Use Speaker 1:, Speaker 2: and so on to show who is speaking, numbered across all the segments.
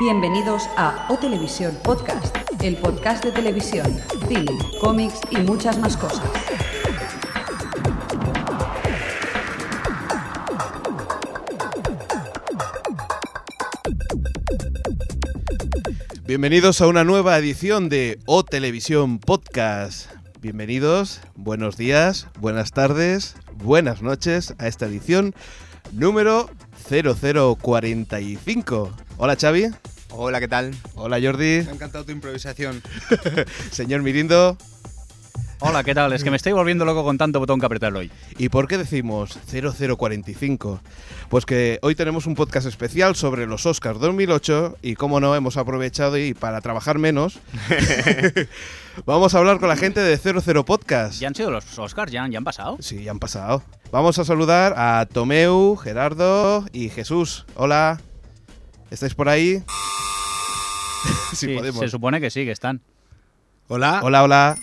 Speaker 1: Bienvenidos a O Televisión Podcast, el podcast de televisión, cine, cómics y muchas más cosas.
Speaker 2: Bienvenidos a una nueva edición de O Televisión Podcast. Bienvenidos, buenos días, buenas tardes, buenas noches a esta edición número 0045. Hola Xavi.
Speaker 3: Hola, ¿qué tal?
Speaker 2: Hola Jordi.
Speaker 3: Me ha encantado tu improvisación.
Speaker 2: Señor Mirindo.
Speaker 4: Hola, ¿qué tal? Es que me estoy volviendo loco con tanto botón que apretar hoy.
Speaker 2: ¿Y por qué decimos 0045? Pues que hoy tenemos un podcast especial sobre los Oscars 2008 y cómo no hemos aprovechado y para trabajar menos vamos a hablar con la gente de 00 Podcast.
Speaker 4: ¿Ya han sido los Oscars? ¿Ya, han- ya han pasado?
Speaker 2: Sí, ya han pasado. Vamos a saludar a Tomeu, Gerardo y Jesús. Hola. ¿Estáis por ahí? si
Speaker 4: Sí,
Speaker 2: podemos.
Speaker 4: se supone que sí, que están.
Speaker 3: Hola.
Speaker 2: Hola, hola.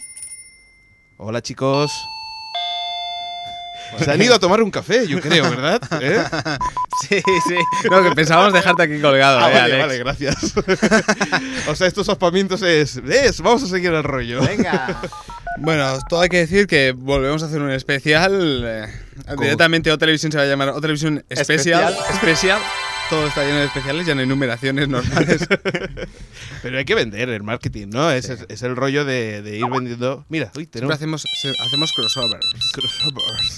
Speaker 2: Hola, chicos. Se han ido a tomar un café, yo creo, ¿verdad? ¿Eh?
Speaker 3: Sí, sí. No, que pensábamos dejarte aquí colgado,
Speaker 2: Ah,
Speaker 3: eh,
Speaker 2: vale,
Speaker 3: Alex.
Speaker 2: vale, gracias. o sea, estos apamientos es, es. Vamos a seguir el rollo.
Speaker 3: Venga.
Speaker 5: Bueno, todo hay que decir que volvemos a hacer un especial. eh, directamente O Televisión se va a llamar O Televisión Especial.
Speaker 3: Especial.
Speaker 5: Especial. Todo está lleno de especiales, ya no hay numeraciones normales.
Speaker 2: Pero hay que vender el marketing, ¿no? Es, es- es el rollo de, de ir vendiendo. Mira, uy,
Speaker 5: Siempre
Speaker 2: tenemos
Speaker 5: hacemos, se- hacemos crossover.
Speaker 2: crossovers.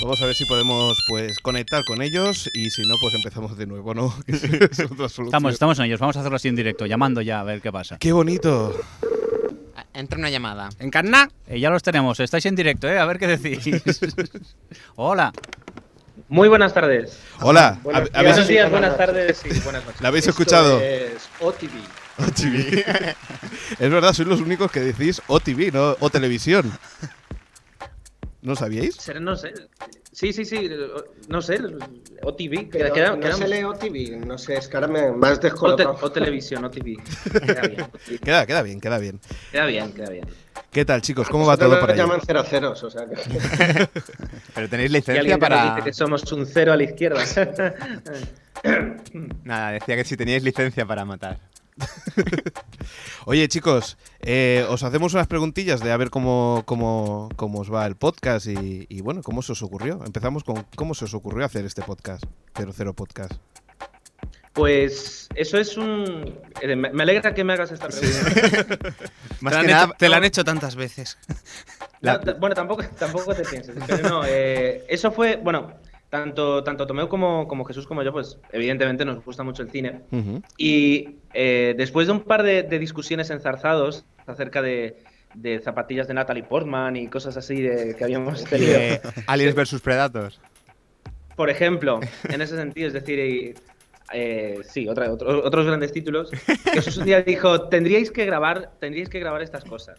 Speaker 2: Vamos a ver si podemos pues conectar con ellos y si no, pues empezamos de nuevo, ¿no? Que es otra solución.
Speaker 4: Estamos, estamos en ellos. Vamos a hacerlo así en directo, llamando ya a ver qué pasa.
Speaker 2: ¡Qué bonito!
Speaker 6: Ah,
Speaker 7: Ah, Entra una llamada.
Speaker 5: ¿Encarna?
Speaker 4: Eh, ya los tenemos. Estáis en directo, ¿eh? A ver qué decís. Hola.
Speaker 6: Muy buenas tardes.
Speaker 2: Hola,
Speaker 6: Buenos
Speaker 2: ¿hab- habéis-
Speaker 6: días, buenas tardes y buenas noches.
Speaker 2: ¿La habéis
Speaker 6: Esto
Speaker 2: escuchado?
Speaker 6: Es OTV.
Speaker 2: OTV. es verdad, sois los únicos que decís OTV, ¿no? O televisión. ¿No sabíais?
Speaker 6: Será- No sé. Sí, sí, sí. o- No sé. OTV.
Speaker 8: Pero
Speaker 6: queda-
Speaker 8: no
Speaker 6: queda-
Speaker 8: se lee OTV, no sé, es que ahora me, me has
Speaker 6: o, te-
Speaker 8: descolocado.
Speaker 6: o televisión, OTV. Queda bien.
Speaker 2: Queda, queda bien, queda bien.
Speaker 6: Queda bien, queda bien.
Speaker 2: ¿Qué tal, chicos? ¿Cómo
Speaker 6: Pues
Speaker 2: va todo por
Speaker 8: Nosotros
Speaker 2: allá?
Speaker 8: llaman cero ceros, o sea que...
Speaker 3: Pero tenéis
Speaker 6: Que
Speaker 3: licencia
Speaker 6: alguien que me
Speaker 3: para.
Speaker 6: dice que somos un cero a la izquierda.
Speaker 3: Nada, decía que si teníais licencia para matar.
Speaker 2: Oye, chicos, eh, os hacemos unas preguntillas de a ver cómo, cómo, cómo os va el podcast y, y, bueno, cómo se os ocurrió. Empezamos con cómo se os ocurrió hacer este podcast, 00 Podcast.
Speaker 6: pues eso es un. eh, Me me alegra que me hagas esta pregunta.
Speaker 3: Más
Speaker 5: te, la
Speaker 3: que
Speaker 5: han
Speaker 3: nada. oh.
Speaker 5: hecho, te la han hecho tantas veces.
Speaker 3: la-
Speaker 6: No, t- bueno, tampoco, tampoco te pienses. Pero no, eh, eso fue, bueno, tanto, tanto Tomeu como, como Jesús como yo, pues evidentemente nos gusta mucho el cine.
Speaker 2: Ujú.
Speaker 6: Y eh, después de un par de, de discusiones enzarzados acerca de, de zapatillas de Natalie Portman y cosas así de- que habíamos
Speaker 3: y
Speaker 6: tenido,
Speaker 2: Eh,
Speaker 3: de Aliens vs Predators.
Speaker 6: por ejemplo, en ese sentido, es decir, y, eh, sí, otra- otro- otros grandes títulos, Jesús un día dijo, tendríais que grabar, tendríais que grabar estas cosas.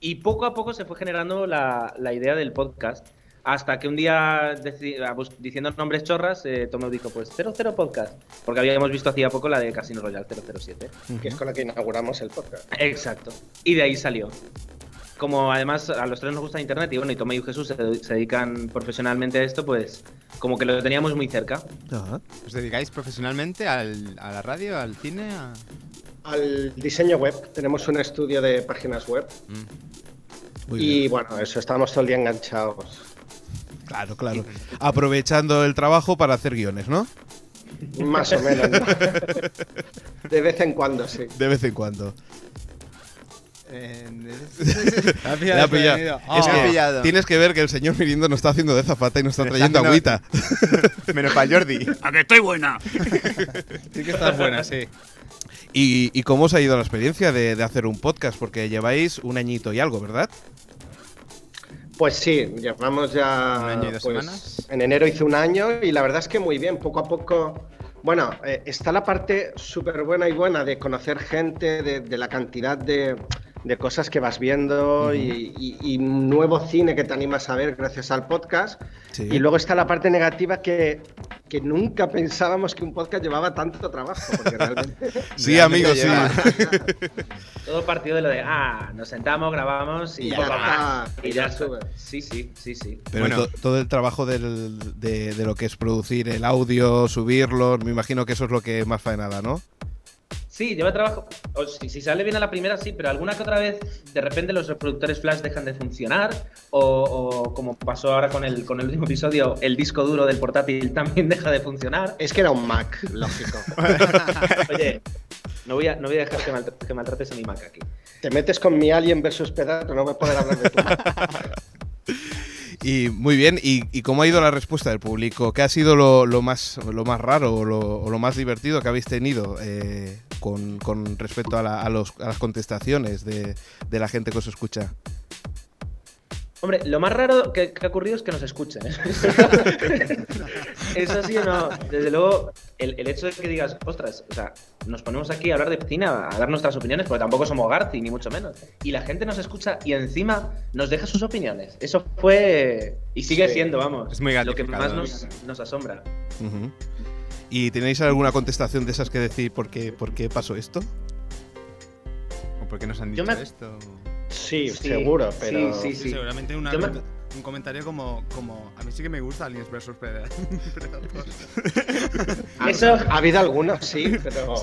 Speaker 6: Y poco a poco se fue generando la, la idea del podcast, hasta que un día, deci- a bus- diciendo nombres chorras, eh, Tomeu dijo, pues 00 podcast, porque habíamos visto hacía poco la de Casino Royale 007.
Speaker 8: que es con la que inauguramos el podcast.
Speaker 6: Exacto. Y de ahí salió. Como además a los tres nos gusta Internet y bueno, y Tomé y Jesús se, se dedican profesionalmente a esto, pues como que lo teníamos muy cerca.
Speaker 2: Ajá.
Speaker 3: ¿Os dedicáis profesionalmente al- a la radio, al cine? a-
Speaker 8: Al diseño web, tenemos un estudio de páginas web
Speaker 2: Muy
Speaker 8: y
Speaker 2: bien.
Speaker 8: bueno, eso, estábamos todo el día enganchados.
Speaker 2: Claro, claro. Aprovechando el trabajo para hacer guiones, ¿no?
Speaker 8: Más o menos. ¿no? de vez en cuando, sí.
Speaker 2: De vez en cuando.
Speaker 3: Eh,
Speaker 5: La ha
Speaker 2: Le
Speaker 5: pillado
Speaker 2: ha pillado.
Speaker 5: desprevenido.
Speaker 2: Es
Speaker 3: Me ha
Speaker 2: que
Speaker 3: pillado.
Speaker 2: tienes que ver que el señor Mirindo no está haciendo de zapata y no está
Speaker 3: Está
Speaker 2: trayendo
Speaker 3: haciendo-
Speaker 2: agüita.
Speaker 3: Menos para Jordi.
Speaker 4: ¡A que estoy buena!
Speaker 5: Sí que estás buena, sí.
Speaker 2: ¿Y, y cómo os ha ido la experiencia de, de hacer un podcast? Porque lleváis un añito y algo, ¿verdad?
Speaker 8: Pues sí, llevamos ya.
Speaker 3: Un año y dos
Speaker 8: pues,
Speaker 3: semanas.
Speaker 8: En enero hice un año y la verdad es que muy bien, poco a poco. Bueno, eh, está la parte súper buena y buena de conocer gente, de, de la cantidad de, de cosas que vas viendo y, y- y nuevo cine que te animas a ver gracias al podcast.
Speaker 2: Sí.
Speaker 8: Y luego está la parte negativa que, que nunca pensábamos que un podcast llevaba tanto trabajo, porque realmente.
Speaker 2: Sí, amigos, sí.
Speaker 3: lleva.
Speaker 6: Todo partido de lo de, ah, nos sentamos, grabamos y,
Speaker 8: Y ya
Speaker 6: poco
Speaker 8: está,
Speaker 6: más,
Speaker 8: y ya sube.
Speaker 6: Sí, sí, sí, sí.
Speaker 2: Pero
Speaker 3: Bueno.
Speaker 2: to- todo el trabajo del- de, de lo que es producir el audio, subirlo, me imagino que eso es lo que más faenada, ¿no?
Speaker 6: Sí, lleva trabajo. o si, si sale bien a la primera, sí, pero alguna que otra vez de repente los reproductores flash dejan de funcionar. O, o como pasó ahora con el, con el último episodio, el disco duro del portátil también deja de funcionar.
Speaker 8: Es que era un Mac, lógico.
Speaker 6: Oye, no voy a, no voy a dejar que, maltra- que maltrates a mi Mac aquí.
Speaker 8: Te metes con mi Alien versus Pedato, no voy a poder hablar de tu Mac.
Speaker 2: Y muy bien, ¿y, y cómo ha ido la respuesta del público? ¿Qué ha sido lo, lo más, lo más raro o lo, o lo más divertido que habéis tenido eh, con, con respecto a, la- a los- a las contestaciones de, de la gente que os escucha?
Speaker 6: Hombre, lo más raro que, que ha ocurrido es que nos escuchen. ¿eh? Eso sí o no. Desde luego, el, el hecho de que digas, ostras, o sea, nos ponemos aquí a hablar de piscina, a dar nuestras opiniones, porque tampoco somos Garci, ni mucho menos. Y la gente nos escucha y encima nos deja sus opiniones. Eso fue. Y sigue
Speaker 8: Sí.
Speaker 6: siendo, vamos.
Speaker 3: Es muy
Speaker 6: Lo que más
Speaker 3: gratificador.
Speaker 6: nos, nos asombra.
Speaker 2: Ujú. ¿Y tenéis alguna contestación de esas que decir por qué, por qué pasó esto?
Speaker 3: ¿O por qué nos han
Speaker 6: Yo
Speaker 3: dicho
Speaker 6: me-
Speaker 3: esto?
Speaker 8: Sí,
Speaker 6: Sí,
Speaker 8: seguro, pero.
Speaker 6: sí,
Speaker 5: Sí, seguramente una
Speaker 6: Yo me-
Speaker 5: comenta- un comentario como, como a mí sí que me gusta Aliens vs Predator.
Speaker 8: Ha-
Speaker 6: Eso-
Speaker 3: Ah,
Speaker 8: Ha habido algunos, sí, pero.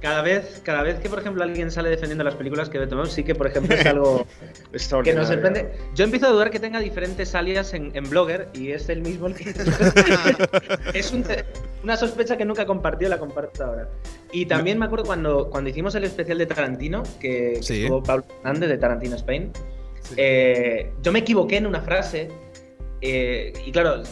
Speaker 6: Cada vez, cada vez que, por ejemplo, alguien sale defendiendo las películas que tomamos, sí que, por ejemplo, es algo. Que
Speaker 8: extraordinario.
Speaker 6: nos sorprende. Yo empiezo a dudar que tenga diferentes alias en, en Blogger y es el mismo el que. es un- una sospecha que nunca compartió, la comparto ahora. Y también me acuerdo cuando, cuando hicimos el especial de Tarantino, que, que
Speaker 2: Sí.
Speaker 6: estuvo Pablo Hernández de Tarantino Spain, eh, yo me equivoqué en una frase eh, y claro,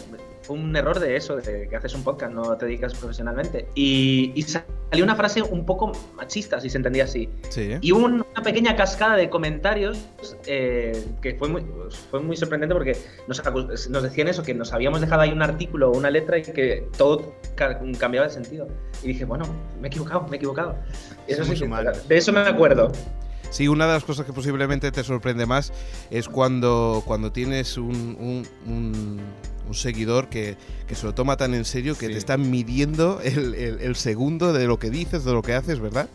Speaker 6: fue un error de eso, de que haces un podcast, no te dedicas profesionalmente. Y, y salió una frase un poco machista, si se entendía así.
Speaker 2: Sí. ¿eh?
Speaker 6: Y hubo un- una pequeña cascada de comentarios eh, que fue muy, fue muy sorprendente porque nos, acu- nos decían eso, que nos habíamos dejado ahí un artículo o una letra y que todo ca- cambiaba de sentido. Y dije, bueno, me he equivocado, me he equivocado. Eso
Speaker 3: Somos
Speaker 6: sí que-
Speaker 3: humanos.
Speaker 6: de eso me acuerdo.
Speaker 2: Sí, una de las cosas que posiblemente te sorprende más es cuando, cuando tienes un, un- un- un seguidor que, que se lo toma tan en serio que
Speaker 3: Sí.
Speaker 2: te está midiendo el, el- el segundo de lo que dices, de lo que haces, ¿verdad?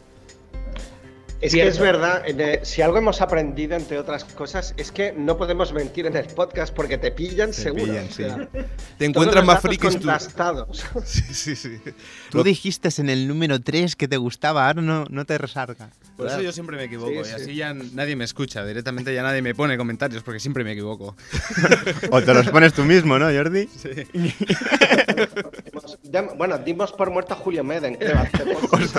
Speaker 8: Es que es verdad, de- si algo hemos aprendido, entre otras cosas, es que no podemos mentir en el podcast porque te pillan seguro.
Speaker 2: pillan,
Speaker 8: o sea,
Speaker 2: sí.
Speaker 8: todos
Speaker 2: Te encuentras
Speaker 8: los
Speaker 2: más
Speaker 8: datos
Speaker 2: frikis tú.
Speaker 8: contrastados.
Speaker 2: Sí, sí, sí.
Speaker 7: Tú dijiste en el número 3 que te gustaba, ahora no, no te resarga.
Speaker 5: Por eso yo siempre me equivoco
Speaker 8: Sí,
Speaker 5: y
Speaker 8: sí.
Speaker 5: así ya nadie me escucha, directamente ya nadie me pone comentarios porque siempre me equivoco.
Speaker 3: O te los pones tú mismo, ¿no, Jordi?
Speaker 8: Dem- Bueno, dimos por muerto a Julio Meden, creo. hace poco.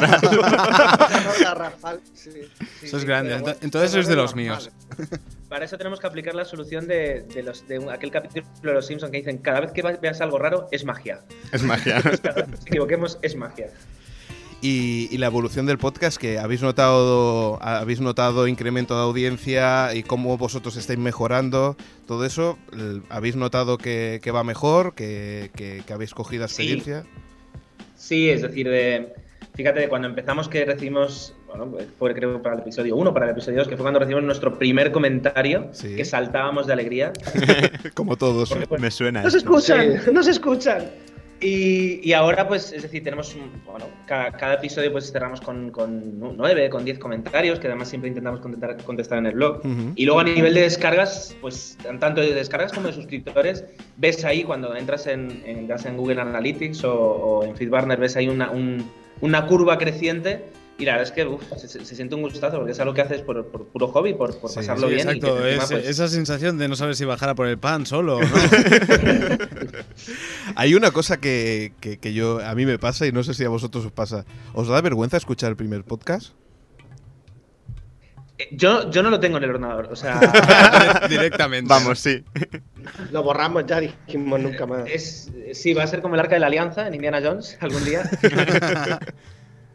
Speaker 8: Garrafal, sí, sí,
Speaker 5: Eso es
Speaker 8: sí,
Speaker 5: grande,
Speaker 8: pero
Speaker 5: ento- entonces
Speaker 8: pero
Speaker 5: es de
Speaker 8: no
Speaker 5: los
Speaker 8: normal.
Speaker 5: míos.
Speaker 6: Para eso tenemos que aplicar la solución de, de los, de un- aquel capítulo de Los Simpsons que dicen, cada vez que va- veas algo raro, es magia.
Speaker 3: Es magia.
Speaker 6: Cada vez que nos equivoquemos, es magia.
Speaker 2: Y, y la evolución del podcast, que habéis notado, habéis notado incremento de audiencia y cómo vosotros estáis mejorando, todo eso, l- habéis notado que, que va mejor, que, que- que habéis cogido
Speaker 6: Sí.
Speaker 2: experiencia.
Speaker 6: Sí, es decir, de, fíjate, de cuando empezamos que recibimos, bueno, pues, fue creo para el episodio 1, para el episodio 2, que fue cuando recibimos nuestro primer comentario,
Speaker 2: Sí.
Speaker 6: que saltábamos de alegría.
Speaker 2: Como todos.
Speaker 6: Porque, bueno,
Speaker 3: Me
Speaker 7: ¿eh?
Speaker 3: suena.
Speaker 6: ¡Nos
Speaker 3: esto.
Speaker 6: escuchan! ¡Nos escuchan! Y, y ahora, pues, es decir, tenemos un, bueno, ca- cada, episodio pues cerramos con, con nu- nueve, con diez comentarios, que además siempre intentamos contestar, contestar en el blog.
Speaker 2: Ujú.
Speaker 6: Y luego a nivel de descargas, pues tan- tanto de descargas como de suscriptores, ves ahí cuando entras en, en- entras en Google Analytics o, o en FeedBurner, ves ahí una, un- una curva creciente y la verdad es que uf, se, se- se siente un gustazo porque es algo que haces por, por puro hobby, por, por
Speaker 2: Sí,
Speaker 6: pasarlo
Speaker 5: Sí,
Speaker 6: bien. y
Speaker 5: exacto,
Speaker 6: que encima,
Speaker 5: es-
Speaker 6: pues,
Speaker 5: esa sensación de no saber si bajar a por el pan solo o no.
Speaker 2: Hay una cosa que, que- que yo a mí me pasa y no sé si a vosotros os pasa. ¿Os da vergüenza escuchar el primer podcast?
Speaker 6: eh, yo, yo no lo tengo en el ordenador, o sea...
Speaker 5: directamente.
Speaker 3: Vamos, sí.
Speaker 8: Lo borramos ya, dijimos nunca más.
Speaker 6: Es, sí, va a ser como el arca de la alianza en Indiana Jones algún día.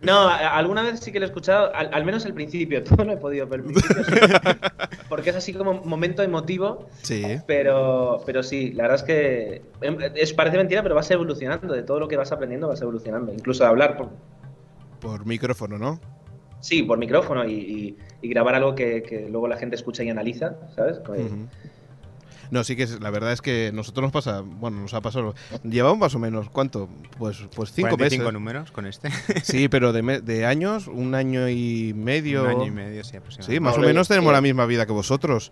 Speaker 6: No, a- alguna vez sí que lo he escuchado, al, al menos al principio, todo no he podido, pero al principio sí. Porque es así como un momento emotivo,
Speaker 2: Sí.
Speaker 6: pero, pero sí, la verdad es que em, es, parece mentira, pero vas evolucionando, de todo lo que vas aprendiendo vas evolucionando, incluso de hablar por,
Speaker 2: Por micrófono, ¿no?
Speaker 6: sí, por micrófono y, y- y grabar algo que, que luego la gente escucha y analiza, ¿sabes? Pues, Como-
Speaker 2: Ujú. No, sí que es- la verdad es que nosotros nos pasa, bueno, nos ha pasado. Llevamos más o menos, ¿cuánto? Pues, pues cinco
Speaker 3: 45
Speaker 2: meses.
Speaker 3: números con este.
Speaker 2: Sí, pero de, me- de años, un año y medio.
Speaker 3: Un año y medio, sí, aproximadamente.
Speaker 2: Sí, más o
Speaker 8: Pobre,
Speaker 2: menos tenemos
Speaker 8: sí.
Speaker 2: la misma vida que vosotros.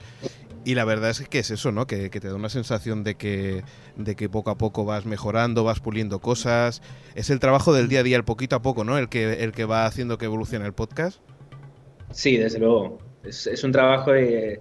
Speaker 2: Y la verdad es que es eso, ¿no? Que, que te da una sensación de que, de que poco a poco vas mejorando, vas puliendo cosas. Es el trabajo del día a día, el poquito a poco, ¿no? El que, el que va haciendo que evolucione el podcast.
Speaker 6: Sí, desde luego. Es, es un trabajo de,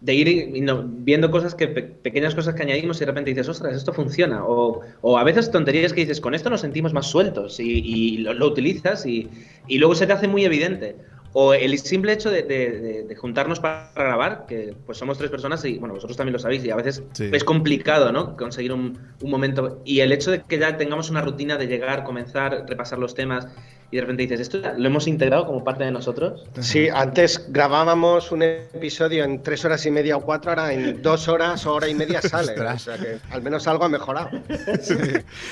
Speaker 6: de ir inno- viendo cosas que pe- pequeñas cosas que añadimos y de repente dices, ostras, esto funciona. O, o a veces tonterías que dices, con esto nos sentimos más sueltos y, y lo, lo utilizas y, y luego se te hace muy evidente. O el simple hecho de, de- de- de juntarnos para grabar, que pues somos tres personas y bueno, vosotros también lo sabéis y a veces
Speaker 2: Sí.
Speaker 6: es complicado, ¿no? Conseguir un, un momento. Y el hecho de que ya tengamos una rutina de llegar, comenzar, repasar los temas y de repente dices, esto ya lo hemos integrado como parte de nosotros.
Speaker 8: Sí, antes grabábamos un episodio en tres horas y media o cuatro, ahora en dos horas o hora y media sale. o sea que al menos algo ha mejorado.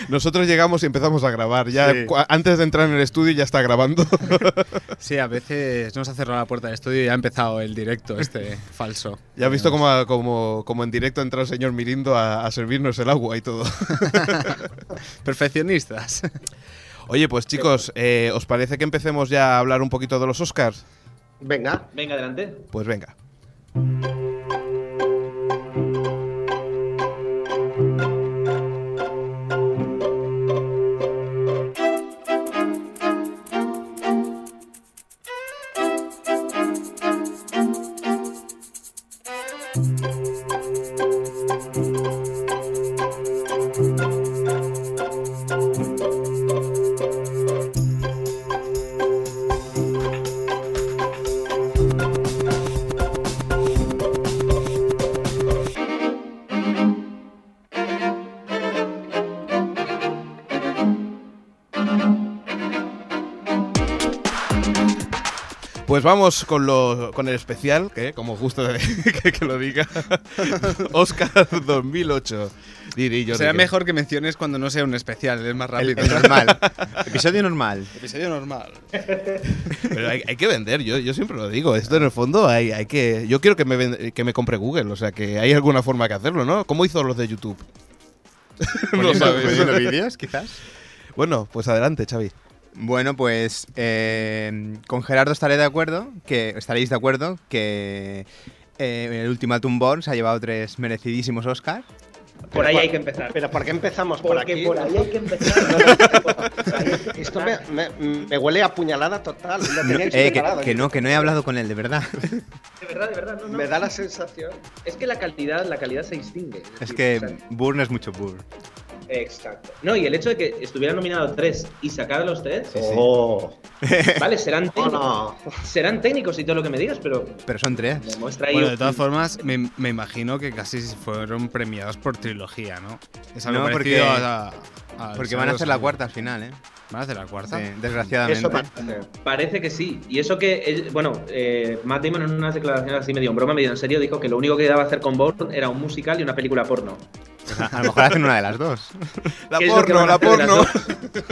Speaker 2: Nosotros llegamos y empezamos a grabar. Ya
Speaker 5: Sí.
Speaker 2: cua- antes de entrar en el estudio ya está grabando.
Speaker 5: Sí, a veces no se ha cerrado la puerta del estudio y ha empezado el directo este falso.
Speaker 2: ya has visto cómo, como, como en directo entra el señor Mirindo a- a servirnos el agua y todo.
Speaker 5: Perfeccionistas.
Speaker 2: Oye, pues chicos, eh, ¿os parece que empecemos ya a hablar un poquito de los Oscars?
Speaker 8: Venga,
Speaker 6: Venga, adelante.
Speaker 2: Pues venga. Pues vamos con, lo, con el especial, que como justo que, que lo diga, Oscar 2008. Diré yo.
Speaker 5: Será
Speaker 2: diré.
Speaker 5: mejor que menciones cuando no sea un especial, es más
Speaker 7: El,
Speaker 5: rápido.
Speaker 7: el normal. Episodio normal.
Speaker 5: Episodio normal.
Speaker 2: Pero hay, hay que vender, yo, yo siempre lo digo. Esto en el fondo hay, hay que. Yo quiero que me, ven- que me compre Google, o sea que hay alguna forma que hacerlo, ¿no? ¿Cómo hizo los de YouTube?
Speaker 7: Poniendo-
Speaker 2: sabes.
Speaker 7: poniendo vídeos, quizás.
Speaker 2: Bueno, pues adelante, Xavi.
Speaker 7: Bueno, pues eh, con Gerardo estaré de acuerdo, que estaréis de acuerdo, que eh, el Ultimatum Born se ha llevado tres merecidísimos Oscar.
Speaker 6: Por ahí hay que empezar.
Speaker 8: pero ¿por qué empezamos por
Speaker 6: Porque
Speaker 8: aquí?
Speaker 6: por ahí hay que empezar.
Speaker 8: Esto me, me- me huele a puñalada total. Lo
Speaker 7: No,
Speaker 8: teníais
Speaker 7: eh, que,
Speaker 8: preparado.
Speaker 7: que no, que no he hablado con él, de verdad.
Speaker 6: De verdad, de verdad, no, no.
Speaker 8: Me da la sensación.
Speaker 6: Es que la calidad, la calidad se distingue. Es,
Speaker 7: Es
Speaker 6: decir,
Speaker 7: que
Speaker 6: o sea,
Speaker 7: Burn es mucho Burn.
Speaker 6: exacto. No, y el hecho de que estuvieran nominados tres y sacar a los tres,
Speaker 7: Sí, sí.
Speaker 8: Oh,
Speaker 6: vale, serán
Speaker 8: oh,
Speaker 6: técnicos,
Speaker 8: no.
Speaker 6: serán técnicos y todo lo que me digas, pero
Speaker 7: Pero son tres.
Speaker 6: me muestra ahí.
Speaker 5: Bueno, de
Speaker 6: un-
Speaker 5: todas formas, me, me imagino que casi fueron premiados por trilogía, ¿no? Es algo
Speaker 7: No,
Speaker 5: parecido
Speaker 7: porque-
Speaker 5: a- a- a-
Speaker 7: Porque van a hacer la cuarta al final, ¿eh?
Speaker 5: ¿Van a hacer la cuarta?
Speaker 7: Sí,
Speaker 8: Eso
Speaker 7: desgraciadamente.
Speaker 8: parece.
Speaker 6: Parece que sí. Y eso que, él- bueno, eh, Matt Damon en unas declaraciones así medio en broma, medio en serio, dijo que lo único que daba hacer con Bourne era un musical y una película porno.
Speaker 7: Pues a, a lo mejor hacen una de las dos.
Speaker 2: La
Speaker 6: ¿Qué es lo que
Speaker 2: porno,
Speaker 6: van a
Speaker 2: la
Speaker 6: hacer de las
Speaker 2: porno.
Speaker 6: dos?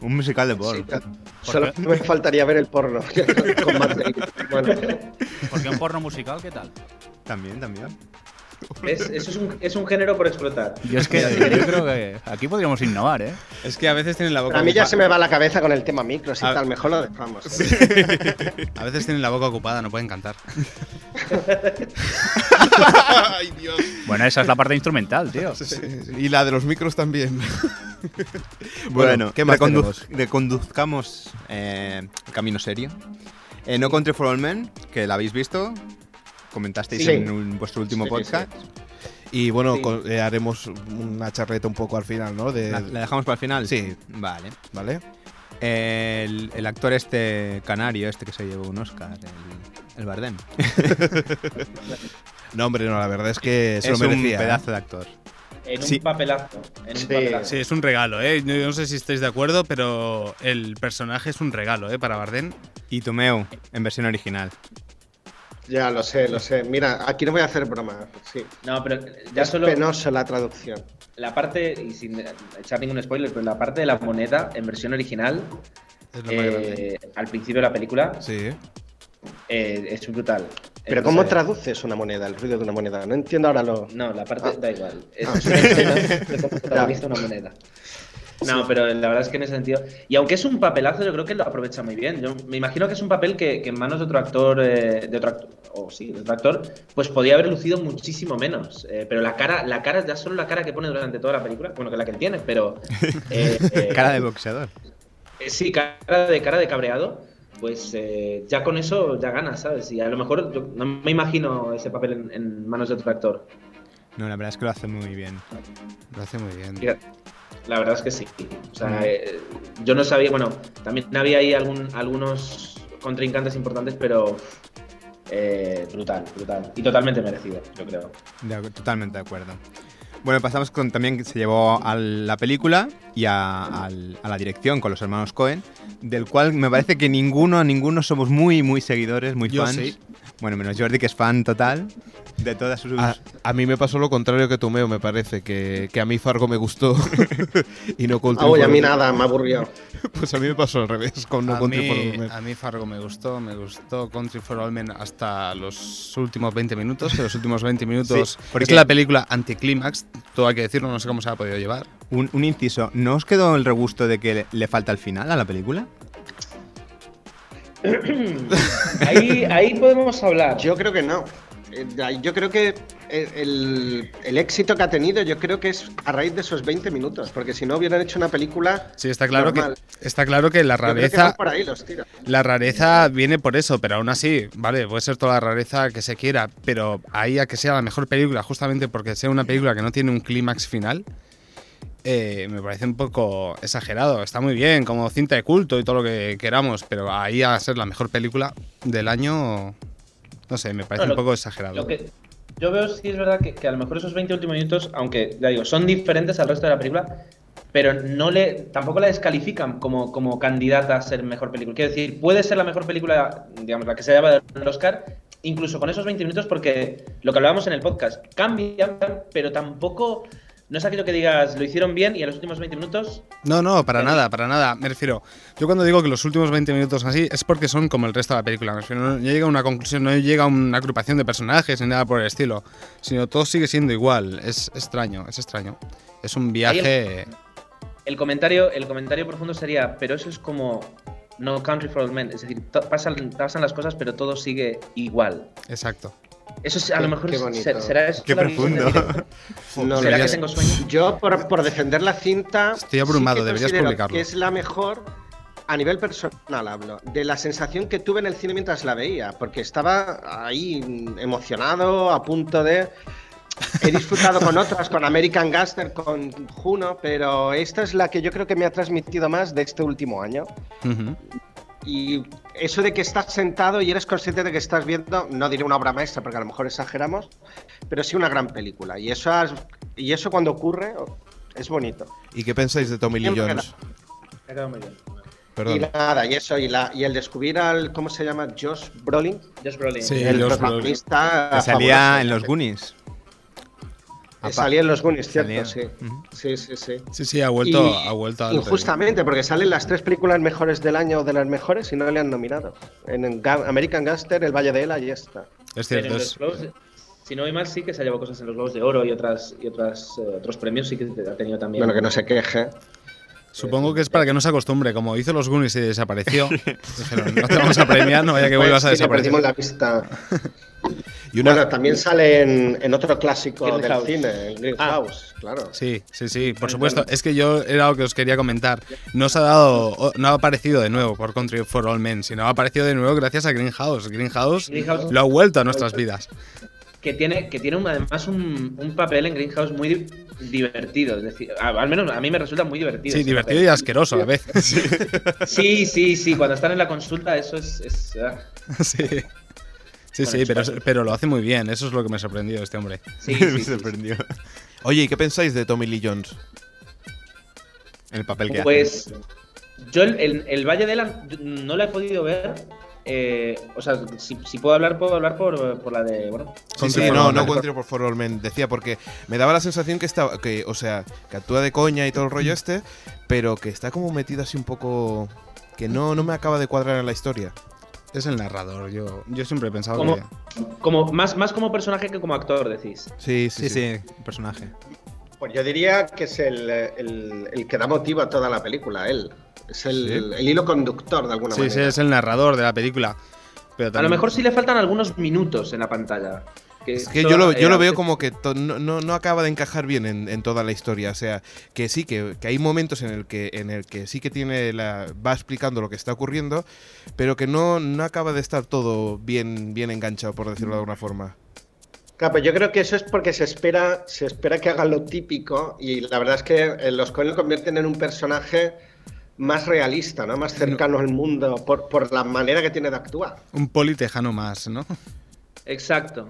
Speaker 7: Un musical de Born.
Speaker 8: Solo me faltaría ver el porno. con Matt Damon. Bueno,
Speaker 4: Porque un porno musical, ¿qué tal?
Speaker 7: También, también.
Speaker 6: Es, eso es un, es un género por explotar.
Speaker 4: Yo es que yo creo que aquí podríamos innovar, ¿eh?
Speaker 5: Es que a veces tienen la boca
Speaker 8: a mí ya
Speaker 5: ocupada.
Speaker 8: se me va la cabeza con el tema micros y
Speaker 5: A-
Speaker 8: tal. Mejor lo dejamos. ¿eh?
Speaker 5: A veces tienen la boca ocupada, no pueden cantar.
Speaker 2: Ay, Dios.
Speaker 4: Bueno, esa es la parte instrumental, tío.
Speaker 2: Y la de los micros también.
Speaker 7: Bueno,
Speaker 2: ¿qué más
Speaker 7: recondu-
Speaker 2: tenemos?
Speaker 7: reconduzcamos eh, el camino serio. Eh, no Country for All Men, que la habéis visto, comentasteis
Speaker 8: Sí.
Speaker 7: en un- vuestro último
Speaker 8: Sí, sí,
Speaker 7: podcast.
Speaker 2: Y bueno,
Speaker 6: Sí.
Speaker 2: co- eh, haremos una charleta un poco al final, ¿no? De,
Speaker 7: ¿La, la dejamos para el final?
Speaker 2: Sí.
Speaker 7: Vale.
Speaker 2: ¿Vale?
Speaker 7: El, el actor este canario, este que se llevó un Oscar, el, el Bardem.
Speaker 2: No, hombre, no, la verdad es que se
Speaker 7: es
Speaker 2: lo
Speaker 7: un
Speaker 2: merecía. ¿eh?
Speaker 7: pedazo de actor.
Speaker 6: En un
Speaker 7: Sí.
Speaker 6: papelazo. En un
Speaker 8: Sí,
Speaker 6: papelazo.
Speaker 5: Sí, es un regalo, ¿eh? Yo no sé si estáis de acuerdo, pero el personaje es un regalo, ¿eh? Para Bardem.
Speaker 7: Y Tomeu, en versión original.
Speaker 8: Ya lo sé, lo sé. Mira, aquí no voy a hacer broma. Sí.
Speaker 6: No, pero ya
Speaker 8: es
Speaker 6: solo
Speaker 8: penoso la traducción.
Speaker 6: la parte, y sin echar ningún spoiler, pero la parte de la moneda en versión original,
Speaker 2: Es lo más
Speaker 6: eh,
Speaker 2: grande.
Speaker 6: al principio de la película,
Speaker 2: Sí.
Speaker 6: eh, es brutal.
Speaker 8: Pero
Speaker 6: Entonces,
Speaker 8: ¿cómo traduces una moneda, el ruido de una moneda? No entiendo ahora lo...
Speaker 6: No, la parte
Speaker 8: Ah.
Speaker 6: da igual. Es
Speaker 8: Ah.
Speaker 6: una escena de cómo protagoniza una moneda. No, pero la verdad es que en ese sentido. Y aunque es un papelazo, yo creo que lo aprovecha muy bien. Yo me imagino que es un papel que, que en manos de otro actor, eh, de otro actor, o sí, de otro actor, pues podía haber lucido muchísimo menos. Eh, pero la cara, la cara, ya solo la cara que pone durante toda la película, bueno, que la que él tiene, pero. eh, eh,
Speaker 7: Cara de boxeador.
Speaker 6: eh, sí, cara de cara de cabreado, pues eh, ya con eso ya ganas, ¿sabes? Y a lo mejor yo no me imagino ese papel en, en manos de otro actor.
Speaker 7: No, la verdad es que lo hace muy bien.
Speaker 5: Lo hace muy bien.
Speaker 6: Fíjate, La verdad es que sí. O sea, eh, yo no sabía, bueno, también había ahí algún, algunos contrincantes importantes, pero eh, brutal, brutal. Y totalmente merecido, yo creo.
Speaker 7: De acu- totalmente de acuerdo. Bueno, pasamos con también que se llevó a la película y a, al- a la dirección con los hermanos Cohen, del cual me parece que ninguno, ninguno somos muy, muy seguidores, muy
Speaker 5: Yo
Speaker 7: fans.
Speaker 5: sí.
Speaker 7: Bueno, menos Jordi, que es fan total de todas sus.
Speaker 2: A, a mí me pasó lo contrario que Tomeo, me parece, que, que a mí Fargo me gustó y no Cold
Speaker 8: Ah, oye, a mí
Speaker 2: War.
Speaker 8: nada, me aburrió.
Speaker 2: Pues a mí me pasó al revés, con no
Speaker 5: a,
Speaker 2: Country for
Speaker 5: mí,
Speaker 2: Old Men.
Speaker 5: a mí Fargo me gustó, me gustó Country for All Men hasta los últimos 20 minutos, que los últimos 20 minutos
Speaker 7: Sí, porque-
Speaker 5: es la película anticlímax, todo hay que decirlo, no sé cómo se ha podido llevar.
Speaker 7: Un, un inciso, ¿no os quedó el regusto de que le, le falta el final a la película?
Speaker 6: Ahí, ahí podemos hablar.
Speaker 8: Yo creo que no. Eh, Yo creo que el- el, el éxito que ha tenido, yo creo que es a raíz de esos 20 minutos, porque si no hubieran hecho una película.
Speaker 5: Sí, está claro
Speaker 8: normal.
Speaker 5: que está claro que la
Speaker 8: Yo creo que van
Speaker 5: rareza
Speaker 8: por ahí los tiros.
Speaker 5: la rareza viene por eso, pero aún así, vale, puede ser toda la rareza que se quiera, pero ahí a que sea la mejor película, justamente porque sea una película que no tiene un clímax final, eh, me parece un poco exagerado. Está muy bien, como cinta de culto y todo lo que queramos, pero ahí a ser la mejor película del año, no sé, me parece
Speaker 6: No, lo-
Speaker 5: un poco exagerado.
Speaker 6: Lo que yo veo sí es verdad que, que a lo mejor esos 20 últimos minutos, aunque ya digo, son diferentes al resto de la película, pero no le tampoco la descalifican como, como candidata a ser mejor película. Quiero decir, puede ser la mejor película, digamos, la que se lleva el Oscar, incluso con esos 20 minutos, porque lo que hablábamos en el podcast, cambian, pero tampoco. No es aquello que digas, lo hicieron bien y en los últimos 20 minutos
Speaker 5: No, no, para
Speaker 6: Pero-
Speaker 5: nada, para nada. Me refiero, yo cuando digo que los últimos 20 minutos así es porque son como el resto de la película. Me refiero, no, no llega a una conclusión, no llega a una agrupación de personajes ni nada por el estilo, sino todo sigue siendo igual. Es extraño, es extraño. Es un viaje.
Speaker 6: El comentario, el comentario profundo sería, pero eso es como No Country for Old Men, es decir, to- pasan, pasan las cosas pero todo sigue igual.
Speaker 5: Exacto.
Speaker 6: Eso es, a
Speaker 8: Qué-
Speaker 6: lo mejor
Speaker 8: qué
Speaker 6: es-
Speaker 8: bonito.
Speaker 6: se- será eso.
Speaker 7: Qué
Speaker 6: la visión
Speaker 7: profundo.
Speaker 6: del director.
Speaker 8: No,
Speaker 6: ¿Será
Speaker 8: lo
Speaker 6: que
Speaker 8: sé.
Speaker 6: tengo sueño?
Speaker 8: Yo, por, por defender la cinta.
Speaker 5: Estoy abrumado,
Speaker 8: que
Speaker 5: deberías
Speaker 8: considero
Speaker 5: publicarlo.
Speaker 8: Que es la mejor, a nivel personal hablo, de la sensación que tuve en el cine mientras la veía, porque estaba ahí mm, emocionado, a punto de. He disfrutado con otras, con American Gangster, con Juno, pero esta es la que yo creo que me ha transmitido más de este último año.
Speaker 5: Ujú.
Speaker 8: Y eso de que estás sentado y eres consciente de que estás viendo, no diré una obra maestra porque a lo mejor exageramos, pero sí una gran película. Y eso, has- y eso cuando ocurre es bonito.
Speaker 2: ¿Y qué pensáis de Tommy Lee
Speaker 8: Siempre
Speaker 2: Jones?
Speaker 6: Me ha quedado muy bien.
Speaker 8: Y
Speaker 2: Perdón.
Speaker 8: nada, y eso, y, la, y el descubrir al, ¿cómo se llama? Josh Brolin,
Speaker 6: Josh Brolin.
Speaker 5: Sí.
Speaker 8: el
Speaker 5: Josh Brolin.
Speaker 8: protagonista.
Speaker 7: Que salía
Speaker 8: fabuloso.
Speaker 7: en los Goonies.
Speaker 8: Eh, Salía en los Goonies,
Speaker 7: Salía.
Speaker 8: cierto, sí.
Speaker 7: Ujú.
Speaker 8: Sí, sí, sí.
Speaker 5: Sí, sí, ha vuelto,
Speaker 8: Y-
Speaker 5: ha vuelto al-
Speaker 8: Injustamente, porque salen las tres películas mejores del año o de las mejores y no le han nominado. En el Ga- American Gangster, El Valle de Ela y esta.
Speaker 5: Es
Speaker 6: Pero en
Speaker 5: cierto,
Speaker 6: los
Speaker 5: es-
Speaker 6: Globos de- si no voy mal, sí que se ha llevado cosas en los Globos de Oro y otras y otras eh, otros premios sí que ha tenido también.
Speaker 8: Bueno, que no se queje.
Speaker 5: supongo que es para que no se acostumbre. Como hizo los Goonies y desapareció, dijeron, no te vamos a premiar, no vaya que vuelvas a
Speaker 8: Pues Sí, le
Speaker 5: desaparecer.
Speaker 8: perdimos la vista.
Speaker 2: Y una,
Speaker 8: Bueno, también sale en, en otro clásico
Speaker 6: Green
Speaker 8: del
Speaker 6: House.
Speaker 8: cine, en Greenhouse, claro.
Speaker 5: Sí, sí, sí, por
Speaker 6: Vale,
Speaker 5: supuesto.
Speaker 6: vale.
Speaker 5: Es que yo era lo que os quería comentar. No se ha dado, o- no ha aparecido de nuevo por Country for All Men, sino ha aparecido de nuevo gracias a Greenhouse. Greenhouse
Speaker 6: Greenhouse.
Speaker 5: lo ha vuelto a nuestras vidas.
Speaker 6: que tiene, que tiene un- además un, un papel en Greenhouse muy di- divertido. Es decir, a- al menos a mí me resulta muy divertido.
Speaker 5: Sí,
Speaker 6: ese
Speaker 5: divertido
Speaker 6: papel.
Speaker 5: y asqueroso a veces.
Speaker 6: Sí, sí, sí. Cuando están en la consulta, eso es. es, ah,
Speaker 5: Sí, sí, sí, pero, pero lo hace muy bien. Eso es lo que me ha sorprendido este hombre.
Speaker 6: sí, sí,
Speaker 7: Me
Speaker 6: sí, sí.
Speaker 7: sorprendió
Speaker 2: Oye, ¿y qué pensáis de Tommy Lee Jones?
Speaker 7: el papel que hace.
Speaker 6: Pues. Yo, el, el- el Valle de la. No la he podido ver. eh, o sea, si, si puedo hablar, puedo hablar por, por la de. Bueno,
Speaker 2: Sí, sí,
Speaker 5: Country for
Speaker 2: no,
Speaker 5: All
Speaker 2: no
Speaker 5: Men.
Speaker 2: Country for- for All Men. Decía porque me daba la sensación que estaba, que, o sea, que actúa de coña y todo el rollo este, pero que está como metido así un poco, que no, no me acaba de cuadrar en la historia.
Speaker 5: Es el narrador. Yo, yo siempre he pensado
Speaker 6: como,
Speaker 5: que.
Speaker 6: como, más, más como personaje que como actor, decís.
Speaker 2: Sí, sí, sí.
Speaker 7: Sí, sí, personaje.
Speaker 8: Pues yo diría que es el, el- el que da motivo a toda la película, él. Es el, el hilo conductor de alguna
Speaker 5: Sí, sí,
Speaker 8: manera.
Speaker 5: es el narrador de la película. Pero
Speaker 6: A lo
Speaker 5: también-
Speaker 6: mejor sí le faltan algunos minutos en la pantalla. eh,
Speaker 2: Es que yo lo, yo lo veo como que to- no, no- no acaba de encajar bien en, en toda la historia. O sea, que sí, que, que hay momentos en el que, en el que sí que tiene la, va explicando lo que está ocurriendo, pero que no, no acaba de estar todo bien, bien enganchado, por decirlo de alguna forma.
Speaker 8: Claro, pero yo creo que eso es porque se espera, se espera que haga lo típico y la verdad es que eh, los Coen lo convierten en un personaje más realista, ¿no? Más cercano al mundo por, por la manera que tiene de actuar.
Speaker 5: Un poli tejano más, ¿no?
Speaker 6: Exacto.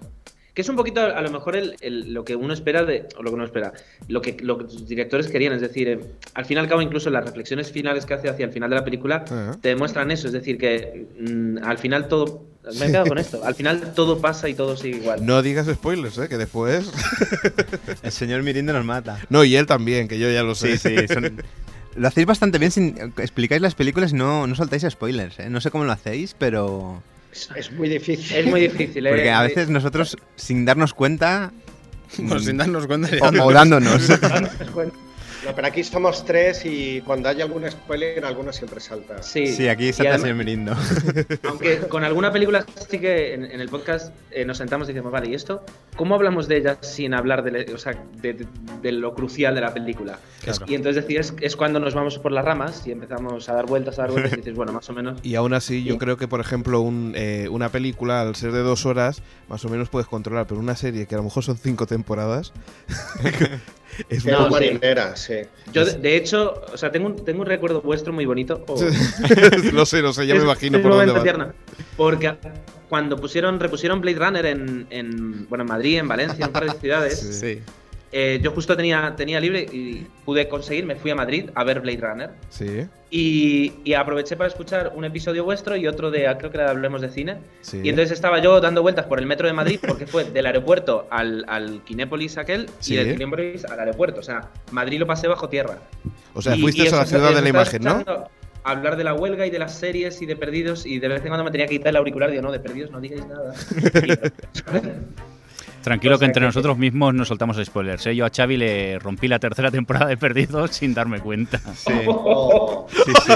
Speaker 6: Que es un poquito, a lo mejor, el, el- lo que uno espera de. O lo que uno espera. Lo que, lo que los directores querían. Es decir, eh, al fin y al cabo, incluso las reflexiones finales que hace hacia el final de la película
Speaker 2: Ajá.
Speaker 6: te demuestran eso. Es decir, que mm, al final todo. Me he quedado con esto. Al final todo pasa y todo sigue igual.
Speaker 2: No digas spoilers, ¿eh? que después.
Speaker 7: El señor Mirindo nos mata.
Speaker 2: No, y él también, que yo ya lo sé.
Speaker 7: Sí, sí. son- Lo hacéis bastante bien, sin... explicáis las películas y no, no soltáis spoilers, ¿eh? No sé cómo lo hacéis, pero...
Speaker 8: Es, es muy difícil.
Speaker 6: Es muy difícil, ¿eh?
Speaker 7: Porque a veces nosotros, sin darnos cuenta,
Speaker 5: Bueno, sin darnos cuenta.
Speaker 7: o, o dándonos.
Speaker 8: No, pero aquí somos tres y cuando hay algún spoiler, alguno siempre salta.
Speaker 6: Sí,
Speaker 7: Sí, aquí
Speaker 6: Y
Speaker 7: salta
Speaker 6: además-
Speaker 7: el señor Mirindo.
Speaker 6: Aunque con alguna película sí que en, en el podcast eh, nos sentamos y decimos, vale, ¿y esto? ¿Cómo hablamos de ella sin hablar de, le- o sea, de- de- de lo crucial de la película? Y entonces decir, es, es cuando nos vamos por las ramas y empezamos a dar vueltas, a dar vueltas y dices, bueno, más o menos.
Speaker 2: Y aún así, yo
Speaker 6: Sí.
Speaker 2: creo que, por ejemplo, un, eh, una película, al ser de dos horas, más o menos puedes controlar, pero una serie que a lo mejor son cinco temporadas. es
Speaker 8: Era
Speaker 6: No,
Speaker 8: un
Speaker 6: sí.
Speaker 8: marinera, sí.
Speaker 6: Yo, de, de hecho, o sea, tengo un, tengo un recuerdo vuestro muy bonito. o-
Speaker 2: lo sé, lo sé, ya
Speaker 6: Es-
Speaker 2: me imagino
Speaker 6: es
Speaker 2: por
Speaker 6: un
Speaker 2: dónde
Speaker 6: momento
Speaker 2: va.
Speaker 6: tierno, porque cuando pusieron, repusieron Blade Runner en, en, bueno, en Madrid, en Valencia, en un par de ciudades,
Speaker 5: Sí.
Speaker 6: eh, yo justo tenía, tenía libre y pude conseguir, me fui a Madrid a ver Blade Runner.
Speaker 2: Sí,
Speaker 6: Y, y aproveché para escuchar un episodio vuestro y otro de, creo que era de Hablemos de Cine.
Speaker 2: sí.
Speaker 6: Y entonces estaba yo dando vueltas por el metro de Madrid porque fue del aeropuerto al, al Kinépolis aquel
Speaker 2: Sí.
Speaker 6: y del Kinépolis al aeropuerto. O sea, Madrid lo pasé bajo tierra.
Speaker 2: o sea,
Speaker 6: Y-
Speaker 2: fuiste
Speaker 6: y
Speaker 2: a la
Speaker 6: os-
Speaker 2: ciudad
Speaker 6: os
Speaker 2: de la
Speaker 6: estaba
Speaker 2: imagen, ¿no?
Speaker 6: escuchando Hablar de la huelga y de las series y de perdidos y de vez en cuando me tenía que quitar el auricular. Digo, no, de perdidos no digáis nada.
Speaker 4: Tranquilo
Speaker 6: O sea
Speaker 4: que entre
Speaker 6: que-
Speaker 4: nosotros mismos no soltamos spoilers. ¿eh? Yo a Xavi le rompí la tercera temporada de Perdidos sin darme cuenta.
Speaker 7: Sí, sí.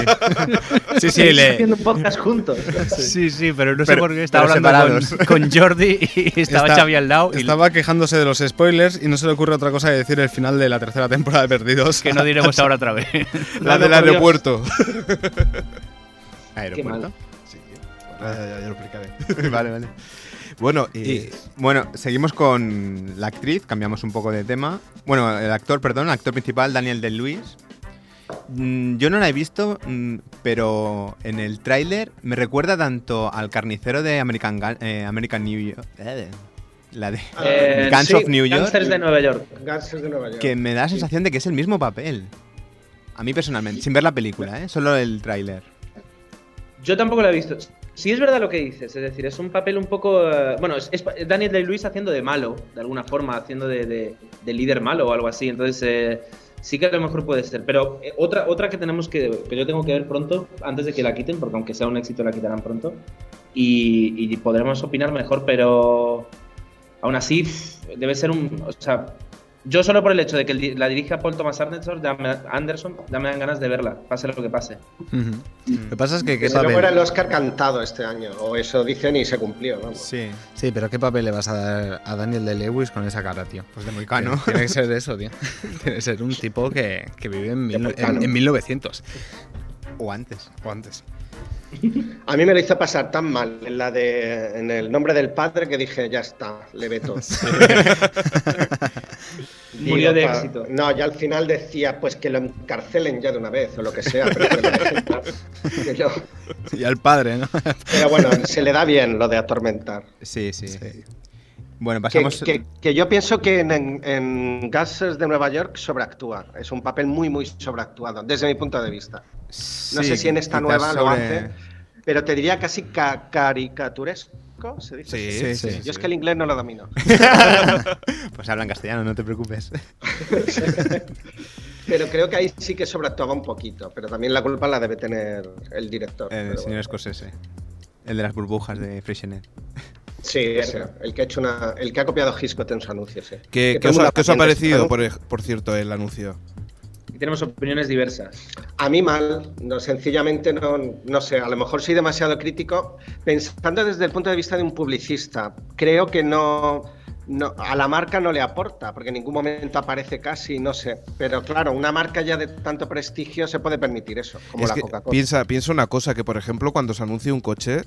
Speaker 5: Sí, sí, le,
Speaker 6: haciendo un podcast juntos.
Speaker 4: Sí, sí, pero no sé
Speaker 7: Pero-
Speaker 4: por qué estaba
Speaker 7: pero
Speaker 4: hablando con,
Speaker 7: separados.
Speaker 4: con Jordi y estaba
Speaker 5: Está-
Speaker 4: Xavi al lado y
Speaker 5: Estaba quejándose de los spoilers y no se le ocurre otra cosa que decir el final de la tercera temporada de Perdidos.
Speaker 4: que no diremos ahora otra vez.
Speaker 2: La del aeropuerto.
Speaker 6: Qué mal.
Speaker 7: Aeropuerto.
Speaker 2: Sí, ya, ya- ya lo explicaré.
Speaker 7: Vale, vale.
Speaker 2: Bueno,
Speaker 7: Y,
Speaker 2: y,
Speaker 7: bueno, seguimos con la actriz, cambiamos un poco de tema. Bueno, el actor, perdón, el actor principal, Daniel de Luis. Yo no la he visto, mm, pero en el tráiler me recuerda tanto al carnicero de American, Gun- eh, American New York. eh, la de
Speaker 6: Eh,
Speaker 7: Guns
Speaker 6: sí,
Speaker 7: of New York.
Speaker 6: Gangsters de Nueva York.
Speaker 8: Gangsters de Nueva York.
Speaker 7: Que me da la sensación de que es el mismo papel. A mí personalmente, sin ver la película, ¿eh? solo el tráiler.
Speaker 6: Yo tampoco lo he visto. Sí es verdad lo que dices, es decir, es un papel un poco... eh, bueno, es, es pa- Daniel Day-Lewis haciendo de malo, de alguna forma, haciendo de, de- de líder malo o algo así, entonces eh, sí que a lo mejor puede ser. Pero eh, otra, otra que tenemos que... que yo tengo que ver pronto, antes de que la quiten, porque aunque sea un éxito la quitarán pronto, y, y podremos opinar mejor, pero... Aún así, pff, debe ser un... O sea, yo solo por el hecho de que el di- la dirija Paul Thomas Anderson, ya me- Anderson, ya me dan ganas de verla, pase lo que pase.
Speaker 5: Lo que pasa es que qué
Speaker 8: Desde luego era el
Speaker 5: papel.
Speaker 8: Oscar cantado este año, o eso dicen y se cumplió. vamos.
Speaker 7: Sí,
Speaker 5: Sí, pero qué papel le vas a dar a Daniel de Lewis con esa cara, tío.
Speaker 7: pues de Moicano.
Speaker 5: Tiene que ser eso, tío. Tiene que ser un tipo que, que vive en, mil- en, en 1900
Speaker 7: o antes.
Speaker 5: o antes.
Speaker 8: A mí me lo hizo pasar tan mal en la de en el nombre del padre que dije, ya está, le veto. Digo,
Speaker 6: Murió de
Speaker 8: pa-
Speaker 6: éxito.
Speaker 8: No, ya al final decía, pues que lo encarcelen ya de una vez o lo que sea. Pero, que lo dejen más. Que yo-
Speaker 5: Y al padre, ¿no?
Speaker 8: pero bueno, se le da bien lo de atormentar.
Speaker 7: Sí, sí. Bueno,
Speaker 8: Que,
Speaker 7: pasamos.
Speaker 8: que- que yo pienso que en, en, en Gases de Nueva York sobreactúa. Es un papel muy, muy sobreactuado, desde mi punto de vista. No
Speaker 7: Sí,
Speaker 8: sé si en esta
Speaker 7: quizás
Speaker 8: nueva lo
Speaker 7: sobre-
Speaker 8: hace, pero te diría casi ca- caricaturesco, ¿se
Speaker 2: Sí,
Speaker 8: dice?
Speaker 7: Sí, sí,
Speaker 8: Yo
Speaker 7: sí.
Speaker 8: es que el inglés no lo domino.
Speaker 7: Pues habla en castellano, no te preocupes.
Speaker 8: Pero creo que ahí sí que sobreactuaba un poquito, pero también la culpa la debe tener el director.
Speaker 7: El
Speaker 8: pero
Speaker 7: señor Scorsese. El de las burbujas de Freixenet.
Speaker 8: bueno. Sí, ese, el que ha hecho una, el que ha copiado Hitchcock en su anuncio, sí.
Speaker 2: ¿Qué,
Speaker 8: Que
Speaker 2: qué os,
Speaker 8: tengo
Speaker 2: ha-
Speaker 8: una
Speaker 2: qué os ha
Speaker 8: paciente,
Speaker 2: parecido,
Speaker 8: ¿no?
Speaker 2: por, ej- por cierto, el anuncio?
Speaker 6: Y tenemos opiniones diversas.
Speaker 8: A mí mal, no, sencillamente no, no sé, a lo mejor soy demasiado crítico. Pensando desde el punto de vista de un publicista, creo que no, no- a la marca no le aporta, porque en ningún momento aparece casi, no sé. Pero claro, una marca ya de tanto prestigio se puede permitir eso, como
Speaker 2: Es
Speaker 8: la
Speaker 2: que
Speaker 8: Coca-Cola.
Speaker 2: piensa, piensa una cosa, que por ejemplo cuando se anuncia un coche,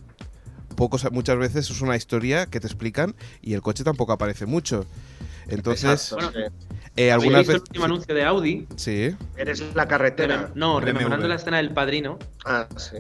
Speaker 2: pocos, muchas veces es una historia que te explican y el coche tampoco aparece mucho. Entonces,
Speaker 8: Exacto, sí.
Speaker 2: eh,
Speaker 6: Habéis
Speaker 2: algunas
Speaker 6: visto el
Speaker 2: veces...
Speaker 6: último anuncio de Audi?
Speaker 2: Sí.
Speaker 8: Eres la carretera.
Speaker 6: No,
Speaker 7: BMW.
Speaker 6: rememorando la escena del padrino.
Speaker 8: Ah, sí.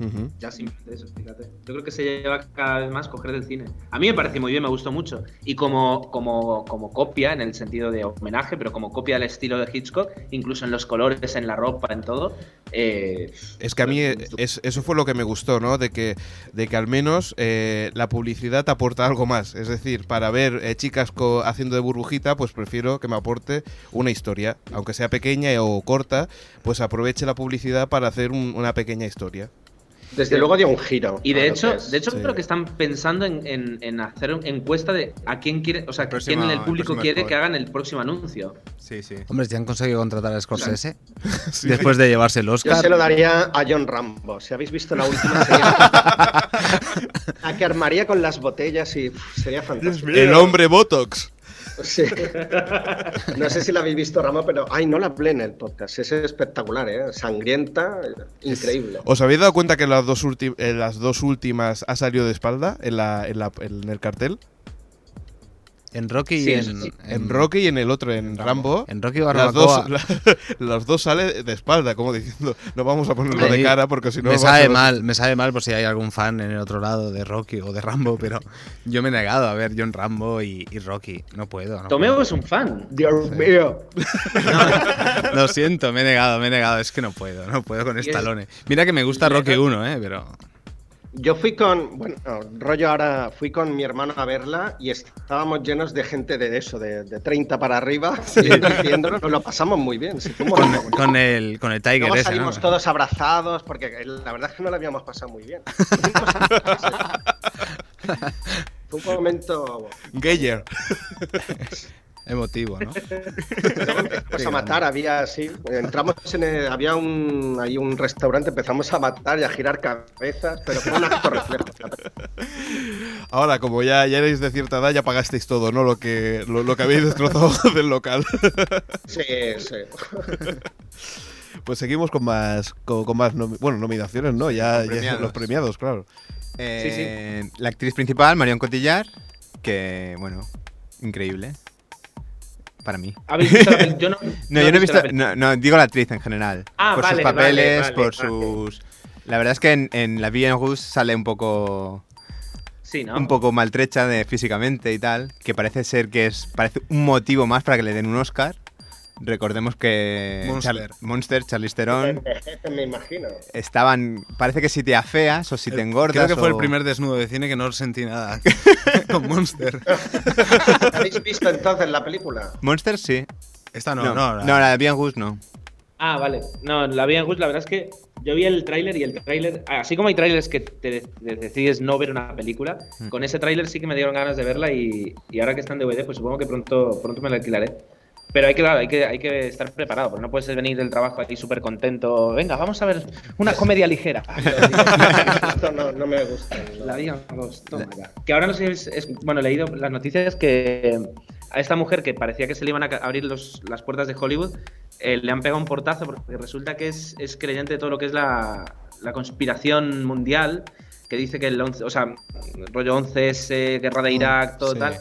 Speaker 2: ujú.
Speaker 6: Ya simplemente eso, fíjate. Yo creo que se lleva cada vez más coger del cine. A mí me parece muy bien, me gustó mucho. Y como, como, como copia, en el sentido de homenaje, pero como copia del estilo de Hitchcock, incluso en los colores, en la ropa, en todo. eh,
Speaker 2: Es que a mí eh, es- eso fue lo que me gustó, ¿no? De que, de que al menos eh, la publicidad aporta algo más. Es decir, para ver eh, chicas co- haciendo de burbujita, pues prefiero que me aporte una historia. Aunque sea pequeña o corta, pues aproveche la publicidad para hacer un- una pequeña historia.
Speaker 8: Desde luego dio un giro.
Speaker 6: Y
Speaker 8: a
Speaker 6: de
Speaker 8: Ah, lo
Speaker 6: hecho,
Speaker 8: que es.
Speaker 6: de hecho
Speaker 2: sí.
Speaker 6: creo que están pensando en, en- en hacer una encuesta de a quién quiere, o sea,
Speaker 7: Próximo-
Speaker 6: quién en
Speaker 7: el
Speaker 6: el público
Speaker 7: próximo
Speaker 6: quiere
Speaker 7: spot.
Speaker 6: que hagan el próximo anuncio.
Speaker 7: Sí, sí.
Speaker 5: Hombre, si han conseguido contratar a Scorsese después de llevarse el
Speaker 8: Yo
Speaker 5: Oscar.
Speaker 8: se lo daría a John Rambo. Si habéis visto la última, sería la que armaría con las botellas y uf, sería fantástico.
Speaker 2: El hombre Botox.
Speaker 8: Sí. No sé si la habéis visto, Rambo, pero ay, no la hablé en el podcast. Es espectacular, ¿eh? Sangrienta, increíble.
Speaker 2: ¿Os habéis dado cuenta que las dos, ulti- eh, las dos últimas ha salido de espalda en, la- en la- en el cartel?
Speaker 5: En Rocky y
Speaker 6: Sí,
Speaker 5: en,
Speaker 6: sí, sí.
Speaker 2: En Rocky y en el otro, en Rambo.
Speaker 5: En Rocky
Speaker 2: las
Speaker 5: Barbacoa.
Speaker 2: dos, la- las dos sale de espalda, como diciendo, no vamos a ponerlo de
Speaker 5: Ahí.
Speaker 2: cara porque si no...
Speaker 5: me
Speaker 2: va a
Speaker 5: sabe
Speaker 2: ser-
Speaker 5: mal, me sabe mal por si hay algún fan en el otro lado de Rocky o de Rambo, pero yo me he negado a ver John Rambo y, y Rocky. No puedo. no
Speaker 6: Tomeo
Speaker 5: puedo.
Speaker 6: es un fan.
Speaker 8: Dios mío.
Speaker 5: Lo siento, me he negado, me he negado. Es que no puedo, no puedo con
Speaker 6: es-
Speaker 5: Stallone. Mira que me gusta Rocky 1, eh, pero.
Speaker 8: Yo fui con, bueno, rollo ahora, fui con mi hermano a verla y estábamos llenos de gente de eso, de, de 30 para arriba, viéndolo, nos lo pasamos muy bien. sí, fue un
Speaker 5: Con,
Speaker 8: montón.
Speaker 5: con el, con el Tiger
Speaker 8: Luego
Speaker 5: ese, ¿no?
Speaker 8: salimos todos abrazados porque la verdad es que no la habíamos pasado muy bien. Fue un momento.
Speaker 2: Geyer.
Speaker 5: Emotivo, ¿no?
Speaker 8: Empezamos a matar, había así. Entramos en. el- había un, ahí un restaurante, empezamos a matar y a girar cabezas, pero fue un acto reflejo. la verdad.
Speaker 2: Ahora, como ya, ya erais de cierta edad, ya pagasteis todo, ¿no? Lo que, lo, lo que habéis destrozado del local.
Speaker 8: Sí, sí.
Speaker 2: Pues seguimos con más, con, con más nomi- bueno, nominaciones, ¿no? Ya,
Speaker 7: Los
Speaker 2: ya
Speaker 7: premiados.
Speaker 2: los premiados, claro.
Speaker 7: Eh, La actriz principal, Marion Cotillar, que, bueno, increíble. Para mí.
Speaker 6: ¿Habéis visto la peli? Yo no,
Speaker 7: No, yo no he visto.
Speaker 6: la peli.
Speaker 7: No, no, digo la actriz en general.
Speaker 6: Ah,
Speaker 7: por
Speaker 6: vale,
Speaker 7: sus papeles,
Speaker 6: vale, vale,
Speaker 7: por
Speaker 6: vale.
Speaker 7: sus. La verdad es que en, en La Villa en Rouge sale un poco.
Speaker 6: Sí, ¿no?
Speaker 7: Un poco maltrecha de, físicamente y tal. Que parece ser que es. Parece un motivo más para que le den un Oscar. Recordemos que.
Speaker 5: Monster.
Speaker 7: Monster, Charlize Theron.
Speaker 8: Envejecen, Me imagino.
Speaker 7: Estaban. Parece que si te afeas o si te engordas.
Speaker 5: Eh, Creo que fue el
Speaker 7: o-
Speaker 5: primer desnudo de cine que no sentí nada. con Monster.
Speaker 8: ¿Habéis visto entonces la película?
Speaker 7: Monster sí.
Speaker 5: Esta no, no. la-
Speaker 7: la de Bien Gus no.
Speaker 6: Ah, vale. No, la vi en Gus, la verdad es que yo vi el tráiler y el tráiler, así como hay tráilers que te de- de- decides no ver una película, con ese tráiler sí que me dieron ganas de verla y, y ahora que está en DVD, pues supongo que pronto, pronto me la alquilaré. Pero hay que, claro, hay que, hay que estar preparado, porque no puedes venir del trabajo aquí súper contento. Venga, vamos a ver una comedia ligera.
Speaker 8: Esto no, no me gusta. no.
Speaker 6: La Villa Ghost, toma ya. Que ahora no sé, es, es- bueno, he leído las noticias que a esta mujer que parecía que se le iban a ca- abrir los- las puertas de Hollywood, eh, le han pegado un portazo porque resulta que es, es creyente de todo lo que es la, la conspiración mundial, que dice que el 11, o sea, rollo 11S, guerra de Irak, todo
Speaker 5: sí.
Speaker 6: tal.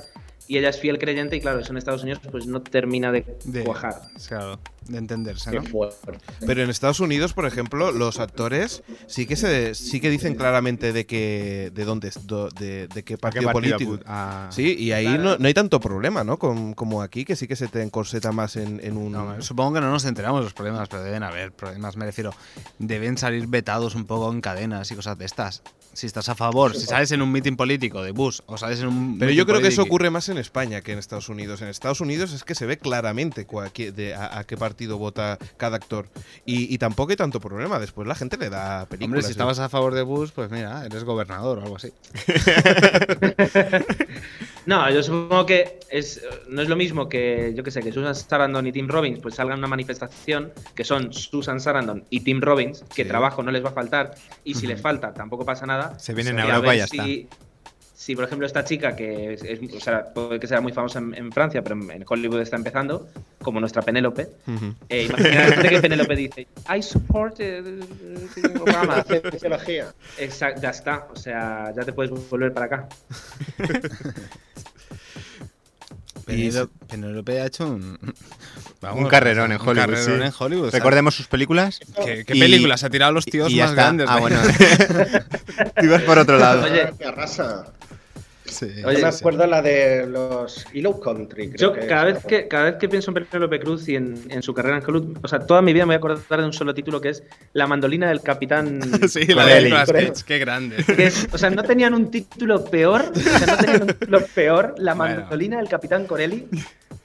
Speaker 6: Y ella es fiel creyente y claro, eso en Estados Unidos pues no termina de,
Speaker 5: de,
Speaker 6: cuajar.
Speaker 5: Claro, de entenderse,
Speaker 8: Qué
Speaker 5: ¿no?
Speaker 8: fuerte.
Speaker 2: Pero en Estados Unidos, por ejemplo, los actores sí que se sí que dicen claramente de que de dónde es- do- de, de qué partido, político.
Speaker 7: Ah.
Speaker 2: Sí, y ahí no, no hay tanto problema, ¿no? Com- como aquí, que sí que se te encorseta más en, en un...
Speaker 5: No, eh, supongo que no nos enteramos de los problemas, pero deben haber problemas, me refiero. Deben salir vetados un poco en cadenas y cosas de estas. Si estás a favor, si sales en un mitin político de Bush o sales en un.
Speaker 2: Pero
Speaker 5: mitin
Speaker 2: yo creo que eso
Speaker 5: político-
Speaker 2: ocurre más en España que en Estados Unidos. En Estados Unidos es que se ve claramente cua- que- de- a, a qué partido vota cada actor. Y, y tampoco hay tanto problema. Después la gente le da películas.
Speaker 5: Hombre, si
Speaker 2: y-
Speaker 5: estabas a favor de Bush, pues mira, eres gobernador o algo así.
Speaker 6: No, yo supongo que es, no es lo mismo que, yo qué sé, que Susan Sarandon y Tim Robbins pues salgan a una manifestación, que son Susan Sarandon y Tim Robbins, que
Speaker 2: Sí.
Speaker 6: trabajo no les va a faltar, y si les falta tampoco pasa nada.
Speaker 7: Se vienen
Speaker 6: Y
Speaker 7: a
Speaker 6: a
Speaker 7: Europa
Speaker 6: ver
Speaker 7: y ya está.
Speaker 6: si, si, por ejemplo, esta chica, que es, es- o sea, puede que sea muy famosa en, en Francia, pero en, en Hollywood está empezando, como nuestra Penélope, eh, imagina después de que Penélope dice, I support eh, Obama.
Speaker 8: Cienciología.
Speaker 6: Exacto, ya está, o sea, ya te puedes volver para acá.
Speaker 5: Penelo- Penélope ha hecho un.
Speaker 7: Un carrerón en Hollywood,
Speaker 5: Un carrerón
Speaker 7: sí.
Speaker 5: en Hollywood. o sea,
Speaker 7: Recordemos sus películas.
Speaker 5: ¿Qué, qué
Speaker 7: Y-
Speaker 5: películas? Ha tirado a los tíos
Speaker 7: y ya
Speaker 5: más
Speaker 7: está.
Speaker 5: grandes.
Speaker 7: Ah,
Speaker 5: ¿no?
Speaker 7: bueno. Te ibas por otro lado.
Speaker 6: Oye,
Speaker 8: Que arrasa.
Speaker 5: Sí.
Speaker 6: Oye,
Speaker 8: Yo me acuerdo la de los Yellow Country. creo
Speaker 6: Yo
Speaker 8: que
Speaker 6: cada
Speaker 8: es.
Speaker 6: vez que cada vez que pienso en Penélope Cruz y en, en su carrera en Hollywood, o sea, toda mi vida me voy a acordar de un solo título que es La mandolina del capitán.
Speaker 5: Sí, la de
Speaker 7: Corelli.
Speaker 5: Nicolas
Speaker 8: Corelli.
Speaker 5: Cage, qué grande.
Speaker 6: Que es- o sea, no tenían un título peor, o sea, no tenían un título peor, La mandolina del capitán Corelli.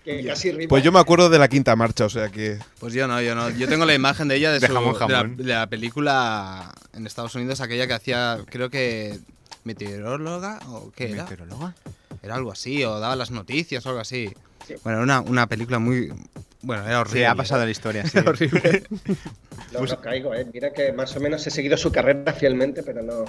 Speaker 8: Que casi rima.
Speaker 2: Pues yo me acuerdo de la quinta marcha, o sea que.
Speaker 5: Pues yo no, yo no. Yo tengo la imagen de ella de,
Speaker 7: De
Speaker 5: su-
Speaker 7: jamón,
Speaker 5: de la,
Speaker 7: jamón.
Speaker 5: de la película en Estados Unidos, aquella que hacía, creo que meteoróloga o qué era.
Speaker 7: ¿Meteoróloga?
Speaker 5: Era algo así, o daba las noticias o algo así. Bueno, era una, una película muy... Bueno, era horrible.
Speaker 7: Sí, ha pasado la historia. sí.
Speaker 8: No, no caigo, eh. Mira que más o menos he seguido su carrera fielmente, pero no.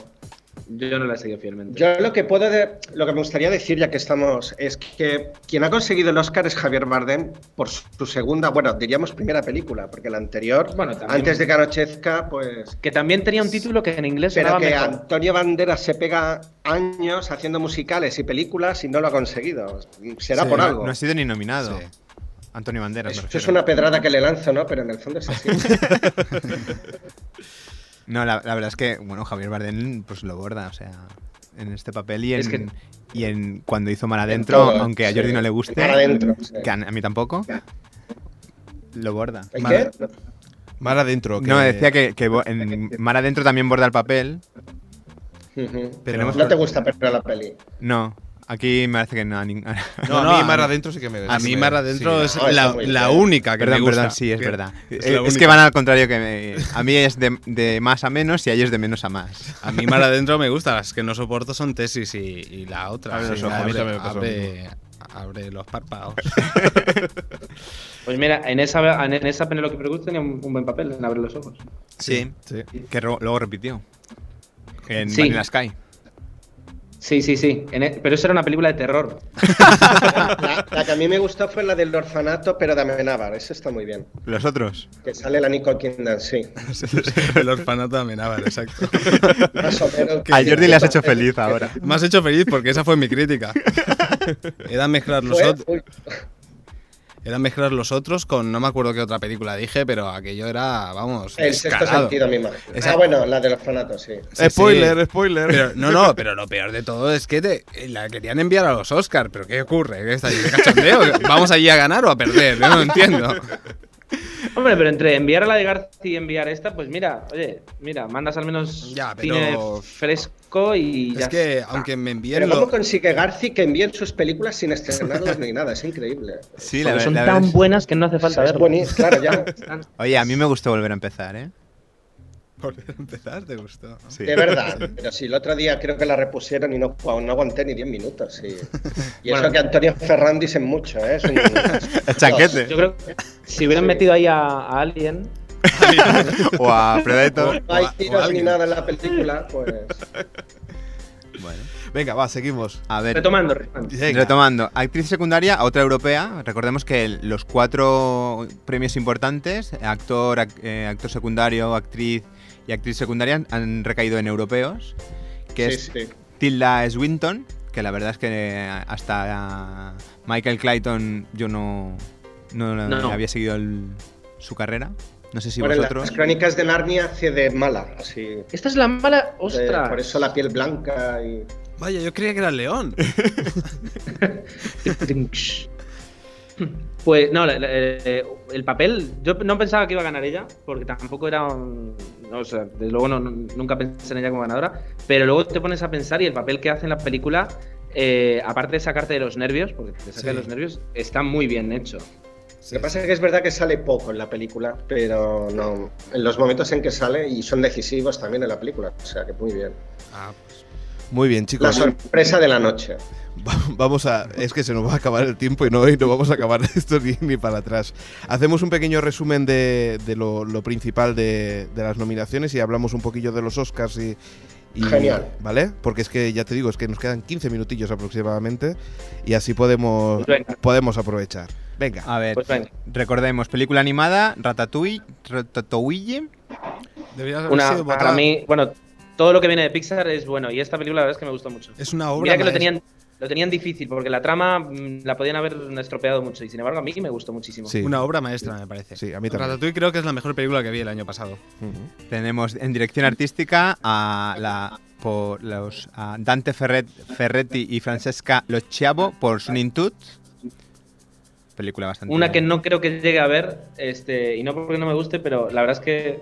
Speaker 6: Yo no la he seguido fielmente.
Speaker 8: Yo lo que puedo de- lo que me gustaría decir ya que estamos es que quien ha conseguido el Oscar es Javier Bardem por su su segunda, bueno, diríamos primera película, porque la anterior,
Speaker 6: Bueno, también-
Speaker 8: antes de que anochezca, pues
Speaker 6: Que también tenía un título que en inglés
Speaker 8: pero
Speaker 6: sonaba
Speaker 8: que
Speaker 6: mejor.
Speaker 8: Antonio Banderas se pega años haciendo musicales y películas y no lo ha conseguido. Será
Speaker 5: Sí,
Speaker 8: por
Speaker 7: no,
Speaker 8: algo.
Speaker 7: No ha sido ni nominado.
Speaker 5: Sí.
Speaker 7: Antonio Banderas. me
Speaker 8: Esto es
Speaker 7: refiero.
Speaker 8: una pedrada que le lanzo, ¿no? Pero en el fondo es así.
Speaker 7: No, la, la verdad es que, bueno, Javier Bardem pues lo borda, o sea, en este papel y en,
Speaker 6: Es que-
Speaker 7: y en cuando hizo Mar Adentro,
Speaker 8: todo,
Speaker 7: aunque a Jordi
Speaker 8: sí.
Speaker 7: no le guste,
Speaker 8: Mar Adentro, sí.
Speaker 7: que a, a mí tampoco, lo borda.
Speaker 8: ¿El
Speaker 5: Vale.
Speaker 8: qué?
Speaker 2: Mal adentro.
Speaker 7: No, decía que, que bo- en Mar Adentro también borda el papel.
Speaker 8: Ujú.
Speaker 7: Tenemos-
Speaker 8: No te gusta pero la peli.
Speaker 7: No, aquí me parece que no. a nin-
Speaker 2: No,
Speaker 5: No,
Speaker 2: a
Speaker 5: no,
Speaker 2: mí mar
Speaker 5: a-
Speaker 2: adentro sí que me.
Speaker 5: A
Speaker 2: sí
Speaker 5: mí
Speaker 2: me-
Speaker 5: Mar Adentro
Speaker 2: sí.
Speaker 5: es
Speaker 8: Ah,
Speaker 5: la,
Speaker 8: está muy
Speaker 5: la
Speaker 8: bien.
Speaker 5: única que
Speaker 7: Perdón,
Speaker 5: me gusta.
Speaker 7: perdón, sí, es
Speaker 5: Que-
Speaker 7: verdad. Eh,
Speaker 5: es
Speaker 7: Es,
Speaker 5: la única.
Speaker 7: que van al contrario que me- a mí es de, de más a menos y a ellos de menos a más.
Speaker 5: A mí Mar Adentro me gusta. Las que no soporto son Tesis y, y la otra.
Speaker 2: Abre los
Speaker 5: Sí,
Speaker 2: ojos, a mí
Speaker 5: abre,
Speaker 2: también me pasó lo
Speaker 5: abre- abre los párpados.
Speaker 6: Pues mira, en esa en esa Penélope Cruz tenía un, un buen papel en abrir los ojos.
Speaker 7: Sí,
Speaker 2: Sí.
Speaker 7: que ro- luego repitió. En
Speaker 6: Sí.
Speaker 7: Vanilla Sky.
Speaker 6: Sí, sí, sí. En e- pero eso era una película de terror.
Speaker 8: La, la que a mí me gustó fue la del orfanato, pero de Amenábar. Esa está muy bien.
Speaker 7: Los otros.
Speaker 8: Que sale la Nicole Kidman, sí.
Speaker 5: El orfanato de Amenábar, exacto.
Speaker 8: Más o menos.
Speaker 7: A Jordi le has hecho feliz ahora.
Speaker 5: Me has hecho feliz porque esa fue mi crítica. Era mezclar los,
Speaker 8: Fue-
Speaker 5: ot- era mezclar los otros con no me acuerdo qué otra película dije, pero aquello era, vamos,
Speaker 8: El sexto
Speaker 5: descarado.
Speaker 8: sentido, me imagino.
Speaker 5: Esa-
Speaker 8: Ah, bueno, la del orfanato, sí.
Speaker 5: Sí, sí.
Speaker 2: Spoiler, spoiler.
Speaker 5: Pero, no, no, pero lo peor de todo es que te- la querían enviar a los Oscars, pero ¿qué ocurre? ¿Qué está ahí? ¿Qué cachondeo? ¿Vamos allí a ganar o a perder? Yo no entiendo.
Speaker 6: Hombre, pero entre enviar a la de Garci y enviar esta, pues mira, oye, mira, mandas al menos
Speaker 5: Ya, pero-
Speaker 6: cine fresco y ya.
Speaker 5: Es que,
Speaker 6: está.
Speaker 5: aunque me envíen
Speaker 8: Pero ¿cómo
Speaker 5: lo...
Speaker 8: consigue Garci que envíen sus películas sin estrenarlas ni nada? Es increíble.
Speaker 7: Sí, la,
Speaker 6: Porque
Speaker 7: ver-
Speaker 6: son
Speaker 7: la verdad
Speaker 6: tan
Speaker 7: es-
Speaker 6: buenas que no hace falta
Speaker 8: Es
Speaker 6: verlas.
Speaker 8: buenísimo, claro, ya.
Speaker 7: Oye, a mí me gustó volver a empezar, ¿eh?
Speaker 5: Por empezar, te gustó.
Speaker 7: Sí.
Speaker 8: De verdad. Pero sí, el otro día creo que la repusieron y no, no aguanté ni 10 minutos. Sí. Y eso que Antonio Ferrandis es mucho, ¿eh? Es un-
Speaker 7: El chanquete.
Speaker 6: Yo creo que si hubieran metido ahí a, a alguien,
Speaker 7: o a Predator.
Speaker 8: No hay
Speaker 5: O a- o
Speaker 8: tiros ni
Speaker 5: alguien.
Speaker 8: nada en la película, pues.
Speaker 7: Bueno.
Speaker 2: Venga, va, seguimos.
Speaker 7: A ver,
Speaker 6: retomando, retomando.
Speaker 2: Venga.
Speaker 7: retomando. Actriz secundaria, a otra europea. Recordemos que el- los cuatro premios importantes, actor, ac- eh, actor secundario, actriz y actriz secundaria, han recaído en europeos. Que es
Speaker 8: Sí, sí.
Speaker 7: Tilda Swinton, que la verdad es que hasta Michael Clayton yo no, no, la-
Speaker 6: No.
Speaker 7: había seguido el- su carrera. No sé si
Speaker 8: Bueno, en
Speaker 7: vosotros.
Speaker 8: las crónicas de Narnia hace de mala, así. de-
Speaker 6: Esta es la mala. ¡Ostras!
Speaker 8: por eso la piel blanca y.
Speaker 5: Vaya, yo creía que era el león.
Speaker 6: Pues no, la- la- eh, el papel, yo no pensaba que iba a ganar ella, porque tampoco era un- no, o sea, desde luego no- no- nunca pensé en ella como ganadora, pero luego te pones a pensar y el papel que hace en la película, eh, aparte de sacarte de los nervios, porque te saca de los nervios, está muy bien hecho.
Speaker 8: Lo que pasa es que es verdad que sale poco en la película, pero no. En los momentos en que sale, y son decisivos también en la película, o sea que muy bien.
Speaker 7: Ah, pues.
Speaker 2: Muy bien,
Speaker 8: La
Speaker 2: chicos.
Speaker 8: sorpresa de la noche.
Speaker 2: Va- Vamos a. Es que se nos va a acabar el tiempo y no, y no vamos a acabar esto ni, ni para atrás. Hacemos un pequeño resumen de, de lo, lo principal de, de las nominaciones y hablamos un poquillo de los Oscars y. y-
Speaker 8: Genial.
Speaker 2: ¿Vale? Porque es que ya te digo, es que nos quedan 15 minutillos aproximadamente y así podemos,
Speaker 6: Pues venga.
Speaker 2: podemos aprovechar. Venga.
Speaker 5: A ver,
Speaker 6: Pues venga.
Speaker 5: recordemos, película animada, Ratatouille, Ratatouille,
Speaker 7: Debería haber
Speaker 6: Una,
Speaker 7: sido
Speaker 6: para
Speaker 7: votada.
Speaker 6: mí, bueno, todo lo que viene de Pixar es bueno y esta película la verdad es que me gustó mucho.
Speaker 7: Es una obra.
Speaker 6: Mira que lo
Speaker 7: maestra.
Speaker 6: tenían, lo tenían difícil porque la trama mm, la podían haber estropeado mucho y sin embargo a mí me gustó muchísimo.
Speaker 2: Sí.
Speaker 7: Una obra maestra, me parece.
Speaker 2: Sí, a mí también.
Speaker 7: Ratatouille creo que es la mejor película que vi el año pasado.
Speaker 2: Ujú.
Speaker 5: tenemos en dirección artística a, la, por los, a Dante Ferret- Ferretti y Francesca Locchiavo por Sweeney Todd. Película bastante.
Speaker 6: Una que no creo que llegue a ver, este, y no porque no me guste, pero la verdad es que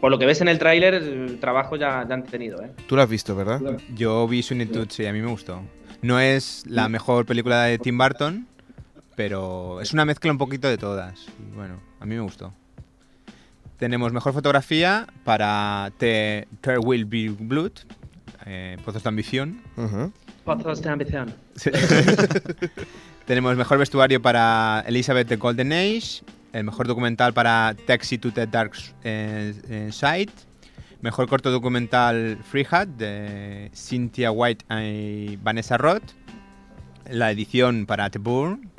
Speaker 6: por lo que ves en el tráiler, el trabajo ya, ya han tenido, ¿eh?
Speaker 2: Tú lo has visto, ¿verdad?
Speaker 5: Yo vi Sweeney Todd, sí, a mí me gustó. No es la mejor película de Tim Burton, pero es una mezcla un poquito de todas. Y bueno, a mí me gustó. Tenemos mejor fotografía para The, There Will Be Blood, eh, Pozos de Ambición.
Speaker 2: Ujú.
Speaker 6: Pozos de ambición.
Speaker 5: Tenemos mejor vestuario para Elizabeth de Golden Age, el mejor documental para Taxi to the Dark eh, eh, Side, mejor corto documental Free Hat de Cynthia White y Vanessa Roth, la edición para The Burn,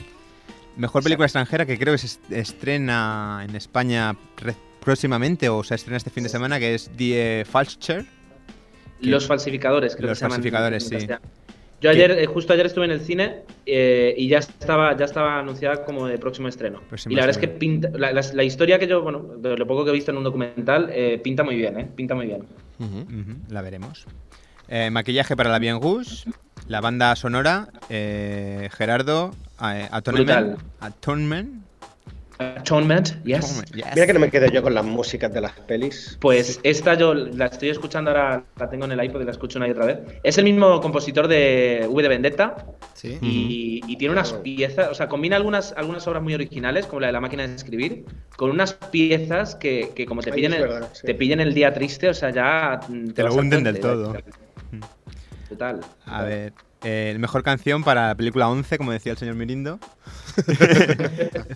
Speaker 5: mejor película extranjera que creo que se est- estrena en España pre- próximamente o se estrena este fin de semana que es Die Falscher. ¿Qué?
Speaker 6: Los falsificadores, creo
Speaker 5: Los
Speaker 6: que se llaman en-
Speaker 5: falsificadores,
Speaker 6: en
Speaker 5: sí.
Speaker 6: castellano. Yo ayer, eh, justo ayer estuve en el cine eh, y ya estaba, ya estaba anunciada como de próximo estreno.
Speaker 5: Próximo
Speaker 6: y la verdad
Speaker 5: estreno.
Speaker 6: es que pinta, la, la- la historia que yo, bueno, de lo poco que he visto en un documental, eh, pinta muy bien, ¿eh? Pinta muy bien.
Speaker 2: Ujú.
Speaker 5: Ujú, la veremos. Eh, maquillaje para la Bien Gus, la banda sonora, eh, Gerardo, eh, Atonement.
Speaker 6: Brutal.
Speaker 5: Atonement.
Speaker 6: Atonement, yes.
Speaker 5: Atonement, yes.
Speaker 8: Mira que no me quedo yo con las músicas de las pelis.
Speaker 6: Pues esta yo la estoy escuchando ahora, la tengo en el iPod y la escucho una y otra vez. Es el mismo compositor de V de Vendetta
Speaker 7: Sí.
Speaker 6: y, y tiene unas piezas, o sea, combina algunas, algunas obras muy originales, como la de la máquina de escribir, con unas piezas que, que como te
Speaker 8: Ay,
Speaker 6: pillen,
Speaker 8: es
Speaker 6: el,
Speaker 8: verdad, sí.
Speaker 6: te pillen el día triste, o sea, ya mm,
Speaker 5: Te lo
Speaker 6: vas a
Speaker 5: hunden del
Speaker 6: muerte,
Speaker 5: todo. Mm.
Speaker 6: ¿eh? Total.
Speaker 5: A ver, eh, mejor canción para la película 11, como decía el señor Mirindo.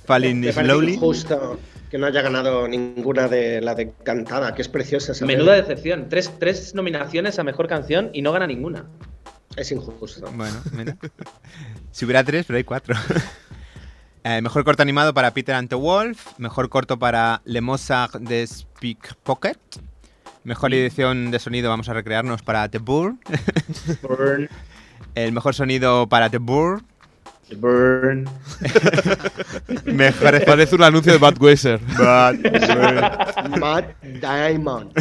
Speaker 5: Falling
Speaker 8: Me parece
Speaker 5: Pues Slowly.
Speaker 8: injusto que no haya ganado ninguna de la de Cantada, que es preciosa esa
Speaker 6: Menuda
Speaker 8: peli.
Speaker 6: decepción. Tres, tres nominaciones a mejor canción y no gana ninguna.
Speaker 8: Es injusto.
Speaker 5: Bueno, mira. Si hubiera tres, pero hay cuatro. Eh, mejor corto animado para Peter and the Wolf. Mejor corto para Le Mozart de Speak Pocket.
Speaker 8: Mm.
Speaker 5: Mejor edición de sonido, vamos a recrearnos para The Burr.
Speaker 6: Burn,
Speaker 5: El mejor sonido para The Burr.
Speaker 6: burn.
Speaker 5: Mejor
Speaker 2: Parece un anuncio de Budweiser.
Speaker 8: Matt Damon.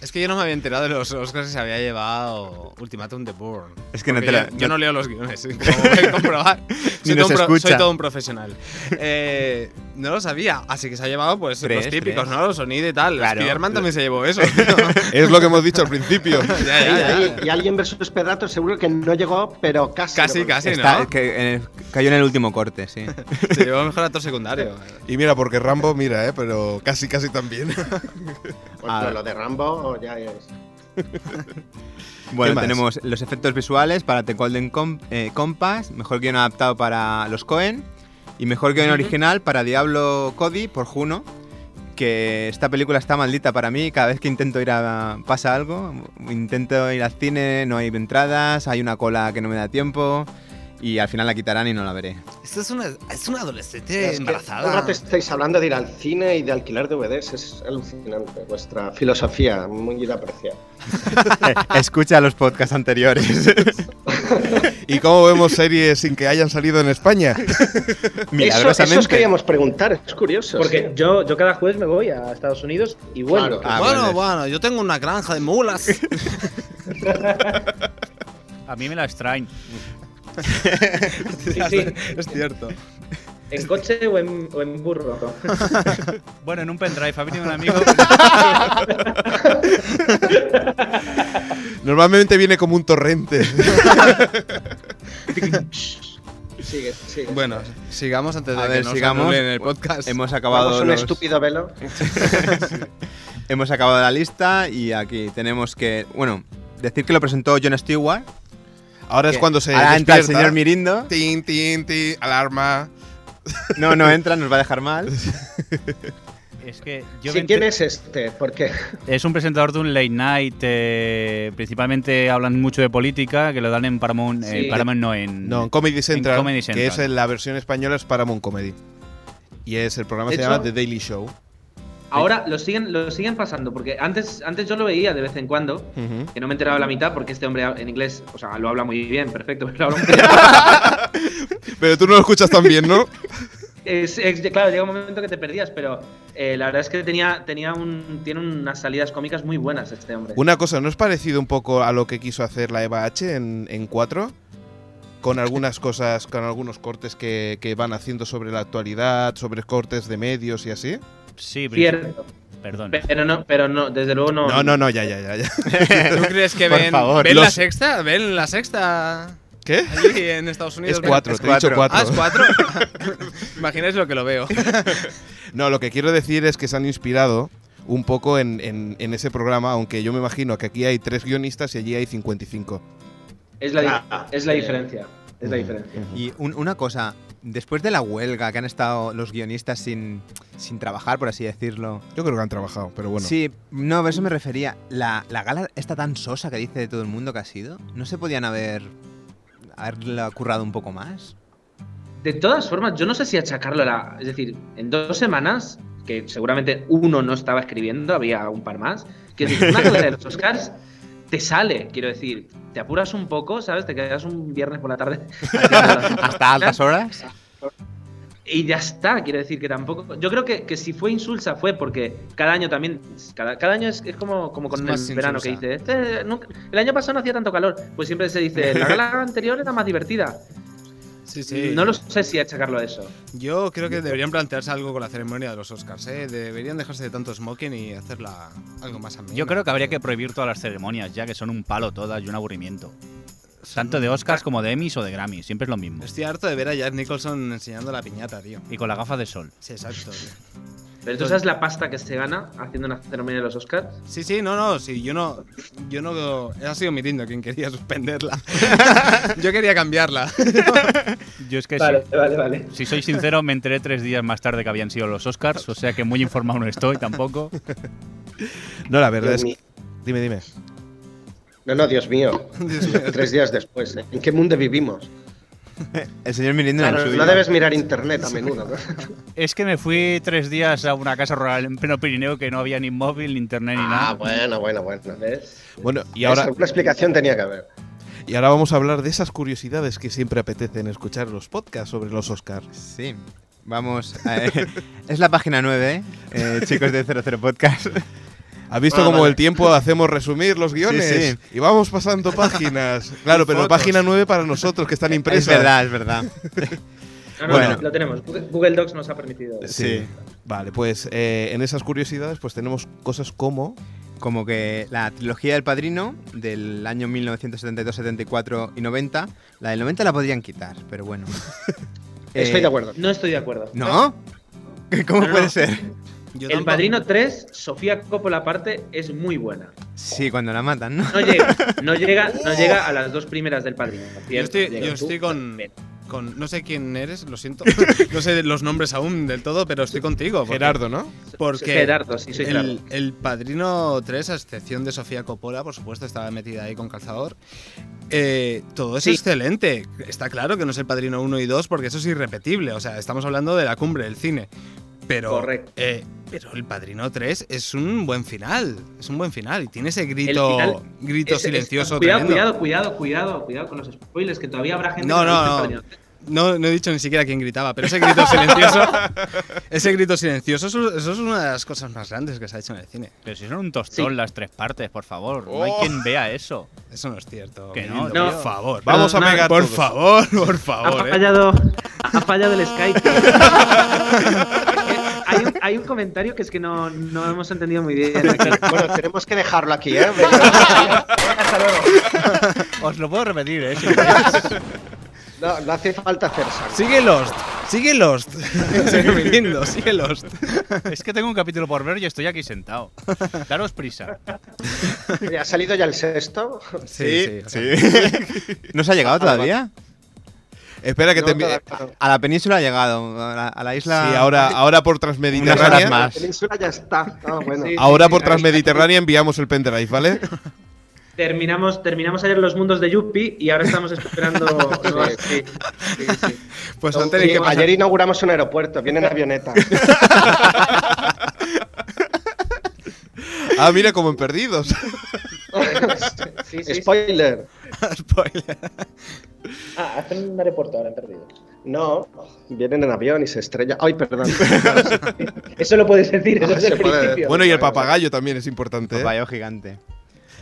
Speaker 7: Es que yo no me había enterado de los Oscars que se había llevado Ultimatum de Bourne.
Speaker 5: Es que no
Speaker 7: Porque
Speaker 5: te la-
Speaker 7: yo, yo no leo los guiones, como pueden comprobar.
Speaker 5: Ni
Speaker 7: soy,
Speaker 5: nos
Speaker 7: todo un pro-
Speaker 5: escucha.
Speaker 7: soy todo un profesional. Eh, no lo sabía, así que se ha llevado pues
Speaker 5: Tres,
Speaker 7: los típicos,
Speaker 5: tres.
Speaker 7: ¿no? Los sonidos y tal.
Speaker 5: Claro.
Speaker 7: Spiderman también se llevó eso. tío.
Speaker 2: es lo que hemos dicho al principio.
Speaker 7: Ya, ya,
Speaker 5: Ah,
Speaker 7: ya.
Speaker 8: Ahí, ahí, Y alguien versus Pedrato seguro que no llegó, pero casi.
Speaker 7: Casi,
Speaker 8: lo
Speaker 7: casi,
Speaker 5: Está-
Speaker 7: ¿no?
Speaker 5: que en el- cayó en el último corte, sí.
Speaker 7: Se llevó mejor actor secundario.
Speaker 2: Y mira, porque Rambo, mira, eh, pero casi, casi también.
Speaker 8: consiguió. Bueno,
Speaker 5: Ah.
Speaker 8: lo de Rambo oh, ya es.
Speaker 5: Bueno,
Speaker 2: más?
Speaker 5: tenemos los efectos visuales para The Golden Com- eh, Compass, mejor guión adaptado para los Cohen y mejor guión original para Diablo Cody por Juno. Que esta película está maldita para mí. Cada vez que intento ir a. pasa algo. Intento ir al cine, no hay entradas, hay una cola que no me da tiempo. Y al final la quitarán y no la veré.
Speaker 9: Esto es una, es una adolescente
Speaker 8: Es que
Speaker 9: embarazada.
Speaker 8: Un rato estáis hablando de ir al cine y de alquilar DVDs. Es alucinante. Vuestra filosofía, muy de apreciar.
Speaker 5: Escucha los podcasts anteriores.
Speaker 2: ¿Y cómo vemos series sin que hayan salido en España?
Speaker 8: Eso, eso os
Speaker 5: Milagrosamente.
Speaker 8: queríamos preguntar, es curioso.
Speaker 6: Porque
Speaker 8: sí.
Speaker 6: yo, yo cada jueves me voy a Estados Unidos y vuelvo.
Speaker 8: Claro.
Speaker 5: Ah,
Speaker 9: bueno,
Speaker 5: bueno.
Speaker 9: bueno, yo tengo una granja de mulas.
Speaker 4: A mí me la extraen.
Speaker 6: Sí, sí.
Speaker 7: Es cierto.
Speaker 6: ¿En coche o en, o en burro?
Speaker 4: Bueno, en un pendrive ha venido un amigo.
Speaker 2: Normalmente viene como un torrente.
Speaker 8: Sigue, sigue.
Speaker 5: Bueno, sigamos antes de
Speaker 7: A
Speaker 5: que
Speaker 7: ver,
Speaker 5: nos
Speaker 7: sigamos.
Speaker 5: anulen el podcast.
Speaker 7: Hemos
Speaker 8: Vamos
Speaker 7: acabado
Speaker 8: un
Speaker 7: los-
Speaker 8: estúpido velo.
Speaker 7: Hemos acabado la lista y aquí tenemos que. Bueno, decir que lo presentó John Stewart.
Speaker 2: Ahora es
Speaker 7: que
Speaker 2: cuando se
Speaker 7: ahora entra el
Speaker 2: despierta.
Speaker 7: señor Mirindo.
Speaker 2: Tin, tin, tin, alarma.
Speaker 7: No, no entra, nos va a dejar mal.
Speaker 4: Es que yo
Speaker 8: Sí,
Speaker 4: me
Speaker 8: ¿Quién
Speaker 4: enter-
Speaker 8: es este? Porque
Speaker 4: Es un presentador de un late night. eh, principalmente hablan mucho de política, que lo dan en Paramount. eh,
Speaker 6: Sí.
Speaker 4: Paramount no, en.
Speaker 2: No, en Comedy Central,
Speaker 4: Comedy
Speaker 2: que
Speaker 4: Central.
Speaker 2: es en la versión española es Paramount Comedy. Y es el programa
Speaker 6: De
Speaker 2: se llama
Speaker 6: hecho-
Speaker 2: The Daily Show.
Speaker 6: Ahora lo siguen, lo siguen pasando, porque antes, antes yo lo veía de vez en cuando, que no me enteraba la mitad, porque este hombre en inglés, o sea, lo habla muy bien, perfecto, pero lo habla muy bien.
Speaker 2: Pero tú no lo escuchas tan bien, ¿no?
Speaker 6: Es- es- claro, llega un momento que te perdías, pero eh, la verdad es que tenía, tenía un, tiene unas salidas cómicas muy buenas este hombre.
Speaker 2: Una cosa, ¿no es parecido un poco a lo que quiso hacer la Eva H en, en 4? Con algunas cosas, con algunos cortes que, que van haciendo sobre la actualidad, sobre cortes de medios y así.
Speaker 4: Sí, pero-
Speaker 6: Cierto,
Speaker 4: Perdón.
Speaker 6: pero no, pero no, desde luego no.
Speaker 2: No, no, no, ya, ya, ya. ya.
Speaker 5: ¿Tú crees que
Speaker 7: Por
Speaker 5: ven,
Speaker 7: favor,
Speaker 5: ven la
Speaker 2: los-
Speaker 5: sexta? ¿Ven la sexta?
Speaker 2: ¿Qué?
Speaker 5: Allí en Estados Unidos.
Speaker 2: Es 4,
Speaker 5: Es
Speaker 2: te he dicho
Speaker 7: cuatro.
Speaker 2: 4.
Speaker 5: Ah, es cuatro. Imagináis lo que lo veo.
Speaker 2: No, lo que quiero decir es que se han inspirado un poco en, en- en ese programa, aunque yo me imagino que aquí hay tres guionistas y allí hay 55.
Speaker 6: Es la, di-
Speaker 2: Ah,
Speaker 6: es
Speaker 2: eh,
Speaker 6: la diferencia. Es la diferencia.
Speaker 7: Y un- una cosa, después de la huelga que han estado los guionistas sin, sin trabajar, por así decirlo.
Speaker 2: Yo creo que han trabajado, pero bueno.
Speaker 7: Sí, no, a eso me refería. La, la gala está tan sosa que dice de todo el mundo que ha sido. ¿No se podían haber haberla currado un poco más?
Speaker 6: De todas formas, yo no sé si achacarlo a la. Es decir, en dos semanas, que seguramente uno no estaba escribiendo, había un par más. Que decir, una cosa de los Oscars te sale, quiero decir, te apuras un poco, ¿sabes? Te quedas un viernes por la tarde.
Speaker 7: Hasta altas horas.
Speaker 6: Y ya está, quiero decir que tampoco. Yo creo que, que si fue insulsa fue porque cada año también. Cada, cada año es, es como, como
Speaker 5: Es
Speaker 6: con
Speaker 5: más
Speaker 6: el verano que
Speaker 5: insulsa.
Speaker 6: dice. "Este, nunca- el año pasado no hacía tanto calor. Pues siempre se dice, la gala anterior era más divertida.
Speaker 5: Sí, sí.
Speaker 6: No lo sé si achacarlo a eso.
Speaker 5: Yo creo que deberían plantearse algo con la ceremonia de los Oscars, ¿eh? Deberían dejarse de tanto smoking y hacerla algo más amena.
Speaker 4: Yo creo que habría que prohibir todas las ceremonias, ya que son un palo todas y un aburrimiento. Tanto de Oscars como de Emmys o de Grammy, siempre es lo mismo.
Speaker 5: Estoy harto de ver a Jack Nicholson enseñando la piñata, tío.
Speaker 4: Y con la gafa de sol.
Speaker 5: Sí, exacto.
Speaker 6: Pero tú sabes la pasta que se gana haciendo una ceremonia de los Oscars.
Speaker 5: Sí, sí, no, no, sí, yo no. Yo no. Ha sido mi lindo quien quería suspenderla. yo quería cambiarla.
Speaker 4: Yo es que
Speaker 6: vale, vale.
Speaker 4: si, si soy sincero, me enteré tres días más tarde que habían sido los Oscars, o sea que muy informado no estoy tampoco.
Speaker 2: No, la verdad
Speaker 8: Dios
Speaker 2: es
Speaker 8: mío.
Speaker 2: que. Dime, dime.
Speaker 8: No, no, Dios mío. Tres días después. ¿eh? ¿En qué mundo vivimos?
Speaker 7: El señor Mirindo
Speaker 8: Claro,
Speaker 7: en el
Speaker 8: no
Speaker 7: suyo.
Speaker 8: debes mirar internet a menudo. ¿no?
Speaker 4: Es que me fui tres días a una casa rural en pleno Pirineo que no había ni móvil, ni internet, ni nada.
Speaker 8: Ah, bueno, bueno, bueno.
Speaker 6: ¿Ves?
Speaker 2: Bueno, y ahora,
Speaker 8: Una explicación tenía que haber.
Speaker 2: y ahora vamos a hablar de esas curiosidades que siempre apetecen escuchar en los podcasts sobre los Oscars.
Speaker 7: Sí. Vamos. a- eh, es la página 9, eh, chicos de 00 Podcast.
Speaker 2: ¿Has visto
Speaker 8: Ah,
Speaker 2: cómo
Speaker 8: vale.
Speaker 2: el tiempo hacemos resumir los guiones?
Speaker 7: Sí,
Speaker 2: Y vamos pasando páginas. Claro, pero
Speaker 5: fotos.
Speaker 2: página 9 para nosotros que están
Speaker 7: Es
Speaker 2: impresas.
Speaker 7: verdad, es verdad.
Speaker 6: No, no,
Speaker 7: Bueno.
Speaker 6: no, lo tenemos. Google- Google Docs nos ha permitido.
Speaker 2: Sí.
Speaker 7: Sí.
Speaker 2: Vale, pues eh, en esas curiosidades pues tenemos cosas como...
Speaker 7: Como que la trilogía del Padrino del año 1972, 74 y 90, la del 90 la podrían quitar, pero bueno. Eh,
Speaker 8: Estoy de acuerdo.
Speaker 6: No estoy de acuerdo.
Speaker 7: ¿No? ¿Cómo
Speaker 6: No, no.
Speaker 7: puede ser?
Speaker 5: Yo
Speaker 6: El
Speaker 5: tampoco.
Speaker 6: Padrino 3, Sofía Coppola aparte, es muy buena.
Speaker 7: Sí, cuando la matan, ¿no?
Speaker 6: No llega, no llega, no llega a las dos primeras del Padrino.
Speaker 5: Yo
Speaker 6: cierto,
Speaker 5: estoy,
Speaker 6: llega
Speaker 5: yo
Speaker 6: tú,
Speaker 5: estoy con,
Speaker 6: bien.
Speaker 5: con- No sé quién eres, lo siento. no sé los nombres aún del todo, pero estoy contigo. porque-
Speaker 2: Gerardo, ¿no?
Speaker 5: Porque
Speaker 6: Gerardo, sí, soy Gerardo.
Speaker 5: el, el Padrino 3, a excepción de Sofía Coppola, por supuesto, estaba metida ahí con calzador. Eh, todo es
Speaker 6: Sí.
Speaker 5: excelente. Está claro que no es el Padrino 1 y 2 porque eso es irrepetible. O sea, estamos hablando de la cumbre del cine. Pero,
Speaker 6: Correcto.
Speaker 5: eh, pero el Padrino 3 es un buen final. Es un buen final. Y tiene ese grito,
Speaker 6: final
Speaker 5: grito
Speaker 6: Es- es-
Speaker 5: silencioso.
Speaker 6: cuidado,
Speaker 5: tremendo.
Speaker 6: cuidado, cuidado, cuidado, cuidado con los spoilers, que todavía habrá gente
Speaker 5: No,
Speaker 6: que
Speaker 5: no,
Speaker 6: dice
Speaker 5: no.
Speaker 6: Padrino 3.
Speaker 5: No, no he dicho ni siquiera quién gritaba, pero ese grito silencioso. ese grito silencioso, eso, eso es una de las cosas más grandes que se ha hecho en el cine.
Speaker 4: Pero si son un tostón
Speaker 6: Sí.
Speaker 4: las tres partes, por favor. No hay quien vea eso.
Speaker 5: Eso no es cierto.
Speaker 4: Que
Speaker 5: mi
Speaker 4: no,
Speaker 5: lindo,
Speaker 6: tío.
Speaker 5: por favor.
Speaker 2: Vamos
Speaker 6: Perdonad,
Speaker 2: a pegar
Speaker 5: Por
Speaker 2: todos.
Speaker 5: favor, por
Speaker 6: Ha
Speaker 5: favor. ¿eh?
Speaker 6: fallado, ha fallado el Skype. hay, un, hay un comentario que es que no, no hemos entendido muy bien. aquí.
Speaker 8: Bueno, tenemos que dejarlo aquí, ¿eh?
Speaker 4: Os lo puedo repetir, ¿eh?
Speaker 8: No, no hace falta hacer sangre.
Speaker 5: Sigue Lost, sigue Lost. sigue viniendo, sigue Lost.
Speaker 4: Es que tengo un capítulo por ver y estoy aquí sentado. Daros prisa.
Speaker 8: ¿Ha salido ya el sexto?
Speaker 5: Sí, sí.
Speaker 7: ¿No se ha llegado todavía?
Speaker 2: Espera que
Speaker 8: No,
Speaker 2: te envíe.
Speaker 8: todavía no.
Speaker 7: A la península ha llegado, a la, a la isla.
Speaker 2: Sí, ahora, ahora por
Speaker 7: Unas horas
Speaker 2: Transmediterránea.
Speaker 7: más.
Speaker 8: La península ya está. Ah, bueno.
Speaker 2: Ahora por Transmediterránea enviamos el pendrive, ¿vale?
Speaker 6: Terminamos, terminamos ayer los mundos de Yuppie y ahora estamos esperando. nuevas- sí, sí, sí.
Speaker 5: Pues
Speaker 8: Sí,
Speaker 5: han tenido que pasar.
Speaker 8: Ayer inauguramos un aeropuerto, vienen avionetas.
Speaker 2: Ah, mira, como en perdidos.
Speaker 6: Sí, sí, sí.
Speaker 8: Spoiler.
Speaker 6: Ah, hacen un aeropuerto ahora, han perdido.
Speaker 8: No, vienen en avión y se estrella. Ay, perdón.
Speaker 6: Eso lo puedes decir, eso es
Speaker 8: Se
Speaker 6: el
Speaker 8: puede-
Speaker 6: principio.
Speaker 2: Bueno, y el papagayo también es importante. ¿eh?
Speaker 7: Papayón gigante.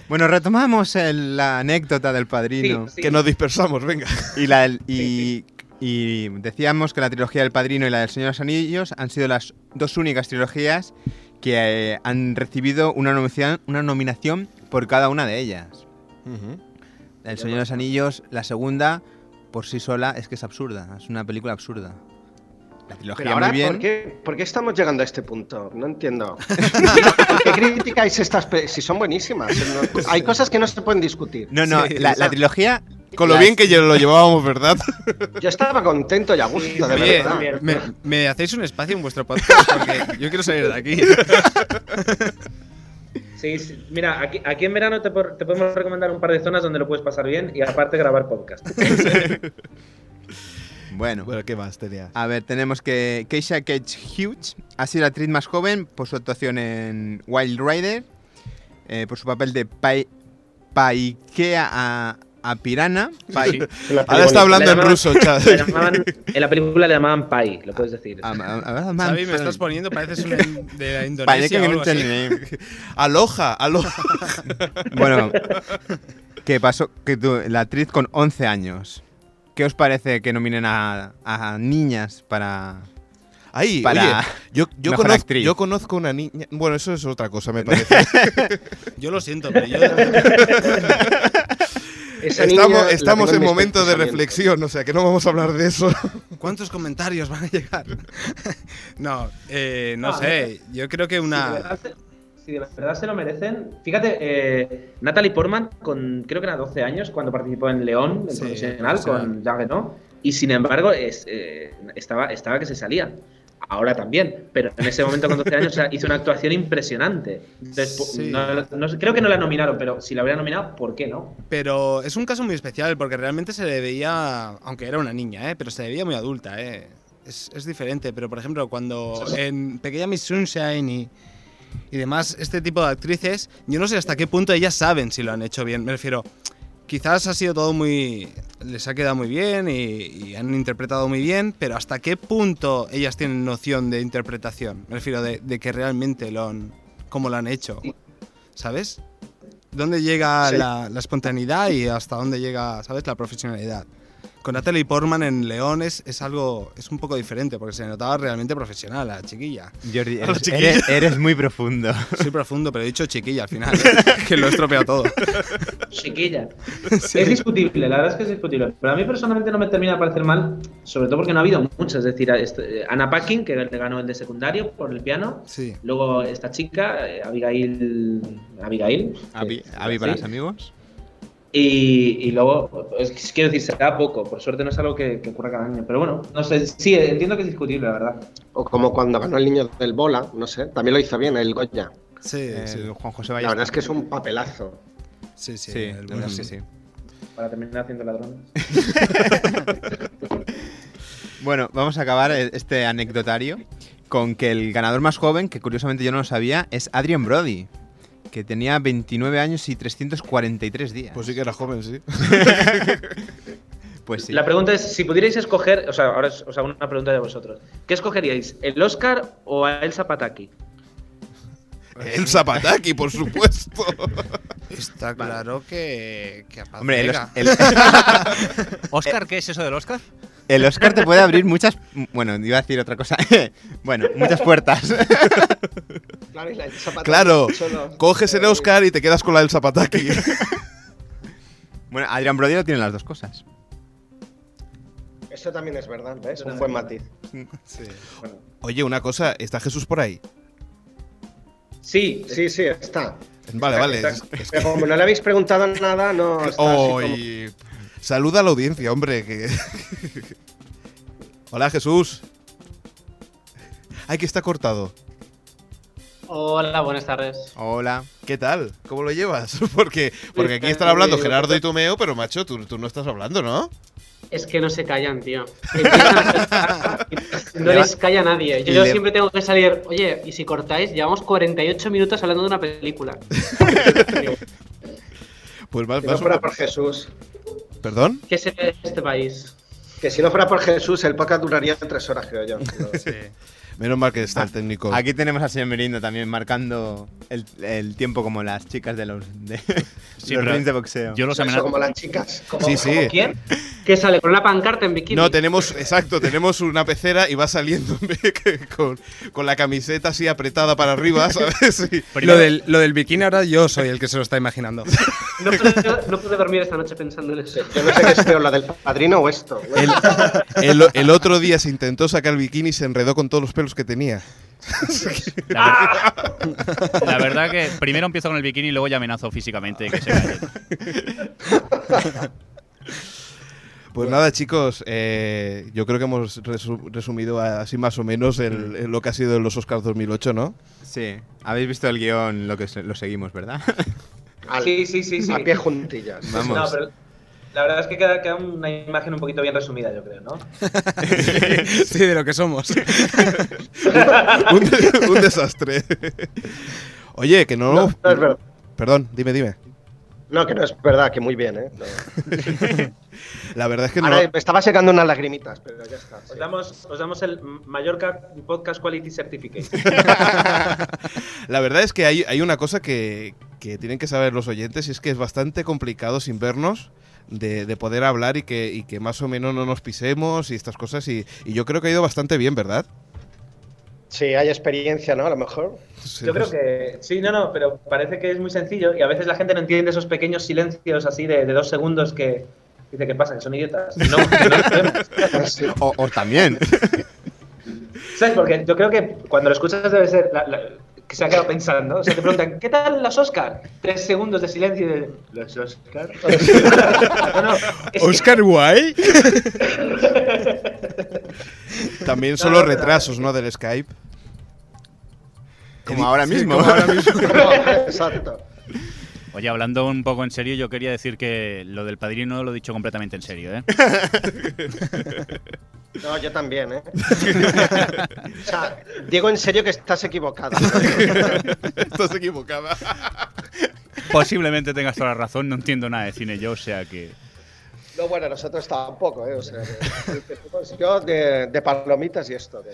Speaker 7: Bueno, retomamos el- la anécdota del
Speaker 6: Sí,
Speaker 7: padrino.
Speaker 6: sí.
Speaker 2: Que nos dispersamos, venga.
Speaker 7: Y, la, el- y, y decíamos que la trilogía del Padrino y la del Señor de los Anillos han sido las dos únicas trilogías que eh, han recibido una nominación, una nominación por cada una de ellas. El Señor de los Anillos, la segunda, por sí sola, es que es absurda. Es una película absurda. La
Speaker 8: Pero
Speaker 7: trilogía
Speaker 8: ahora,
Speaker 7: muy bien.
Speaker 8: ¿por qué, por qué estamos llegando a este punto? No entiendo. ¿Por qué criticáis estas? pe- Si son buenísimas. No- hay cosas que no se pueden discutir.
Speaker 7: No, no, la, la trilogía.
Speaker 2: Con lo
Speaker 7: las-
Speaker 2: bien que ya lo llevábamos, ¿verdad?
Speaker 8: Yo estaba contento y a gusto, de
Speaker 5: Oye,
Speaker 8: verdad.
Speaker 5: me, me hacéis un espacio en vuestro podcast porque yo quiero salir de aquí.
Speaker 6: Sí, sí. Mira, aquí, aquí en verano te, por- te podemos recomendar un par de zonas donde lo puedes pasar bien y aparte grabar podcast.
Speaker 7: Bueno.
Speaker 2: Bueno, ¿qué más tenía?
Speaker 7: A ver, tenemos que Keisha Cage Hughes ha sido la actriz más joven por su actuación en Wild Rider, eh, por su papel de Pai- Paikea a, a Pirana. Pai-
Speaker 2: Ahora está hablando
Speaker 6: Le
Speaker 2: en
Speaker 6: llamaban-
Speaker 2: ruso, chat.
Speaker 6: le llamaban- en la película le llamaban Pai, lo puedes decir.
Speaker 5: Ah,
Speaker 7: a- a- a- a-
Speaker 5: Xavi, me estás poniendo, pareces una in- de la
Speaker 7: Parece
Speaker 5: Indonesia
Speaker 7: que
Speaker 5: o
Speaker 7: no
Speaker 5: algo así.
Speaker 7: entendí.
Speaker 2: Aloja, aloja.
Speaker 7: Bueno, ¿qué pasó? Que tu- la actriz con 11 años. ¿Qué os parece que nominen a, a niñas para...?
Speaker 2: Ahí,
Speaker 7: Para
Speaker 2: oye, yo, yo,
Speaker 7: mejor
Speaker 2: conozco,
Speaker 7: actriz.
Speaker 2: yo conozco una niña. Bueno, eso es otra cosa, me parece.
Speaker 5: Yo lo siento, pero yo
Speaker 8: Esa niña la
Speaker 2: estamos
Speaker 8: tengo
Speaker 2: estamos en
Speaker 8: mis
Speaker 2: momento de
Speaker 8: pensamientos.
Speaker 2: reflexión, o sea que no vamos a hablar de eso.
Speaker 5: ¿Cuántos comentarios van a llegar? no, eh, no sé. Yo creo que una.
Speaker 6: Si de verdad se- Si de verdad se lo merecen. Fíjate, eh, Natalie Portman, con, creo que era 12 años, cuando participó en León, el
Speaker 5: Sí,
Speaker 6: profesional,
Speaker 5: profesional.
Speaker 6: con Jacques ¿no? Y sin embargo, es, eh, estaba, estaba que se salía. Ahora también, pero en ese momento con 12 años o sea, hizo una actuación impresionante. Entonces, po-
Speaker 5: Sí.
Speaker 6: no- no sé, creo que no la nominaron, pero si la hubiera nominado, ¿por qué no?
Speaker 5: Pero es un caso muy especial porque realmente se le veía, aunque era una niña, ¿eh? pero se le veía muy adulta. ¿eh? Es, es diferente, pero por ejemplo, cuando en Pequeña Miss Sunshine y, y demás, este tipo de actrices, yo no sé hasta qué punto ellas saben si lo han hecho bien. Me refiero, quizás ha sido todo muy. les ha quedado muy bien y, y han interpretado muy bien, pero hasta qué punto ellas tienen noción de interpretación. Me refiero de, de que realmente lo han. cómo lo han hecho. ¿Sabes? ¿Dónde llega
Speaker 8: Sí.
Speaker 5: la, la espontaneidad y hasta dónde llega, ¿sabes? La profesionalidad. Con Natalie Portman en León es, es algo. es un poco diferente porque se notaba realmente profesional la chiquilla.
Speaker 7: Jordi,
Speaker 2: A la
Speaker 7: eres,
Speaker 2: chiquilla.
Speaker 7: eres- eres muy profundo.
Speaker 5: Soy profundo, pero he dicho chiquilla al final, ¿eh? que lo he estropeado todo.
Speaker 6: Chiquilla. Es discutible, la verdad es que es discutible. Pero a mí personalmente no me termina de parecer mal, sobre todo porque no ha habido muchas. Es decir, este, eh, Anna Packing, que le ganó el de secundario por el piano.
Speaker 5: Sí.
Speaker 6: Luego esta chica, eh, Abigail. Abigail.
Speaker 7: Avi,
Speaker 6: que-
Speaker 7: Avi para
Speaker 6: sí.
Speaker 7: los amigos.
Speaker 6: Y, y luego, es que quiero decir, será poco. Por suerte no es algo que, que ocurra cada año. Pero bueno, no sé, sí, entiendo que es discutible, la verdad.
Speaker 8: O como cuando ganó el niño del bola, no sé, también lo hizo bien el Goya.
Speaker 5: Sí,
Speaker 2: Eh,
Speaker 5: sí,
Speaker 7: El Juan José
Speaker 8: La
Speaker 7: Ballester.
Speaker 8: verdad es que es un papelazo.
Speaker 5: Eh, sí, sí,
Speaker 7: Sí,
Speaker 5: el
Speaker 7: la
Speaker 5: bueno,
Speaker 7: verdad es que sí.
Speaker 6: Para terminar haciendo ladrones.
Speaker 7: Bueno, vamos a acabar eh, este anecdotario con que el ganador más joven, que curiosamente yo no lo sabía, es Adrian Brody, que tenía 29 años y 343 días.
Speaker 2: Pues sí que era joven, sí.
Speaker 7: Pues sí.
Speaker 6: La pregunta es, si pudierais escoger, o sea, ahora os os hago una pregunta de vosotros. ¿Qué escogeríais, el Oscar o a Elsa Pataki?
Speaker 2: El Zapataki, por supuesto.
Speaker 5: Está claro que, que a
Speaker 7: Hombre, el,
Speaker 5: Paz
Speaker 7: el-
Speaker 4: ¿Oscar qué es eso del Oscar?
Speaker 7: el Oscar te puede abrir muchas... Bueno, iba a decir otra cosa. bueno, muchas puertas.
Speaker 8: Claro,
Speaker 2: Claro, coges el Oscar y te quedas con la del Zapataki.
Speaker 7: bueno, Adrian Brody lo tiene las dos cosas.
Speaker 8: Eso también es verdad, ¿ves? Un buen matiz.
Speaker 2: Oye, una cosa, ¿está Jesús por ahí?
Speaker 8: Sí, sí, sí, está.
Speaker 2: Vale,
Speaker 8: Está-
Speaker 2: vale.
Speaker 8: está-
Speaker 2: es- es
Speaker 8: pero como no le habéis preguntado nada, no. Está así como-
Speaker 2: Oy. Saluda a la audiencia, hombre. que- Hola, Jesús. Ay, que está cortado.
Speaker 10: Hola, buenas tardes.
Speaker 7: Hola.
Speaker 2: ¿Qué tal? ¿Cómo lo llevas? Porque, porque aquí están
Speaker 10: está
Speaker 2: hablando
Speaker 10: bien.
Speaker 2: Gerardo y Tomeo, pero macho, tú, tú no estás hablando, ¿no?
Speaker 10: Es que no se callan, tío. Empiezan a cortar y no les calla nadie. Yo, yo
Speaker 2: Le-
Speaker 10: siempre tengo que salir, oye, y si cortáis, llevamos 48 minutos hablando de una película.
Speaker 2: Pues más,
Speaker 8: Si no
Speaker 2: más-
Speaker 8: fuera por Jesús,
Speaker 2: ¿Perdón?
Speaker 10: ¿Qué se ve de este país?
Speaker 8: que si no fuera por Jesús, el podcast duraría tres horas, creo yo. Pero-
Speaker 2: Menos mal que está el técnico.
Speaker 7: Aquí tenemos al señor Merindo también marcando el, el tiempo como las chicas de los, de,
Speaker 4: Sí,
Speaker 7: los
Speaker 4: pero
Speaker 7: rings de boxeo.
Speaker 4: Yo los
Speaker 8: Eso,
Speaker 4: amenazo.
Speaker 8: como las chicas. como-
Speaker 2: Sí, sí.
Speaker 10: ¿Quién? Que sale con una pancarta en bikini.
Speaker 2: No, tenemos, exacto, tenemos una pecera y va saliendo que con, con la camiseta así apretada para arriba, ¿sabes? Y-
Speaker 5: Lo del, lo del bikini ahora yo soy el que se lo está imaginando.
Speaker 10: no, pude, no pude dormir esta noche pensando en eso.
Speaker 8: Yo no sé qué es peor, la del padrino o esto.
Speaker 2: El, el- el otro día se intentó sacar el bikini y se enredó con todos los pelos que tenía.
Speaker 4: La, ver- la verdad que primero empiezo con el bikini y luego ya amenazo físicamente que se calle.
Speaker 2: Pues nada, chicos, eh, yo creo que hemos resu- resumido así más o menos el- el- lo que ha sido los Oscars 2008, ¿no?
Speaker 7: Sí. Habéis visto el guión, lo que se- lo seguimos, ¿verdad?
Speaker 8: Al-
Speaker 6: Sí, sí, sí, sí.
Speaker 8: A pie juntillas.
Speaker 7: Vamos.
Speaker 6: No, pero la verdad es que queda, queda una imagen un poquito bien resumida, yo creo, ¿no?
Speaker 5: Sí, de lo que somos.
Speaker 2: un, de- un desastre. Oye, que no...
Speaker 8: No, no es verdad.
Speaker 2: Perdón, dime, dime.
Speaker 8: No, que no es verdad, que muy bien, ¿eh? No.
Speaker 2: La verdad es que no...
Speaker 8: Ahora me estaba secando unas lagrimitas, pero ya está. sí.
Speaker 6: Os damos, os damos el Mallorca Podcast Quality Certificate.
Speaker 2: La verdad es que hay, hay una cosa que, que tienen que saber los oyentes y es que es bastante complicado sin vernos de, de poder hablar y que, y que más o menos no nos pisemos y estas cosas y, y yo creo que ha ido bastante bien, ¿verdad?
Speaker 8: Sí, hay experiencia, ¿no? A lo mejor.
Speaker 6: Yo creo que sí, no, no, pero parece que es muy sencillo y a veces la gente no entiende esos pequeños silencios así de, de dos segundos que dice que pasa, que son idiotas. No, que no nos vemos.
Speaker 7: o, o también.
Speaker 6: ¿Sabes? Porque yo creo que cuando lo escuchas debe ser la- la- que se ha quedado pensando. O sea, te preguntan, ¿qué tal los Oscar? Tres segundos de silencio y de, ¿los Oscar? no, no, es que-
Speaker 5: ¿Oscar Guay?
Speaker 2: También son
Speaker 6: No,
Speaker 2: los
Speaker 6: no, no.
Speaker 2: retrasos, ¿no? Del Skype.
Speaker 7: Como ahora mismo.
Speaker 8: Exacto.
Speaker 4: Oye, hablando un poco en serio, yo quería decir que lo del padrino lo he dicho completamente en serio, ¿eh?
Speaker 8: No, yo también, ¿eh? o sea, digo en serio que estás equivocada.
Speaker 2: Estás equivocada.
Speaker 4: Posiblemente tengas toda la razón, no entiendo nada de cine yo, o sea que.
Speaker 8: No, bueno, nosotros tampoco, ¿eh? O sea, que- yo de, de palomitas y esto. de-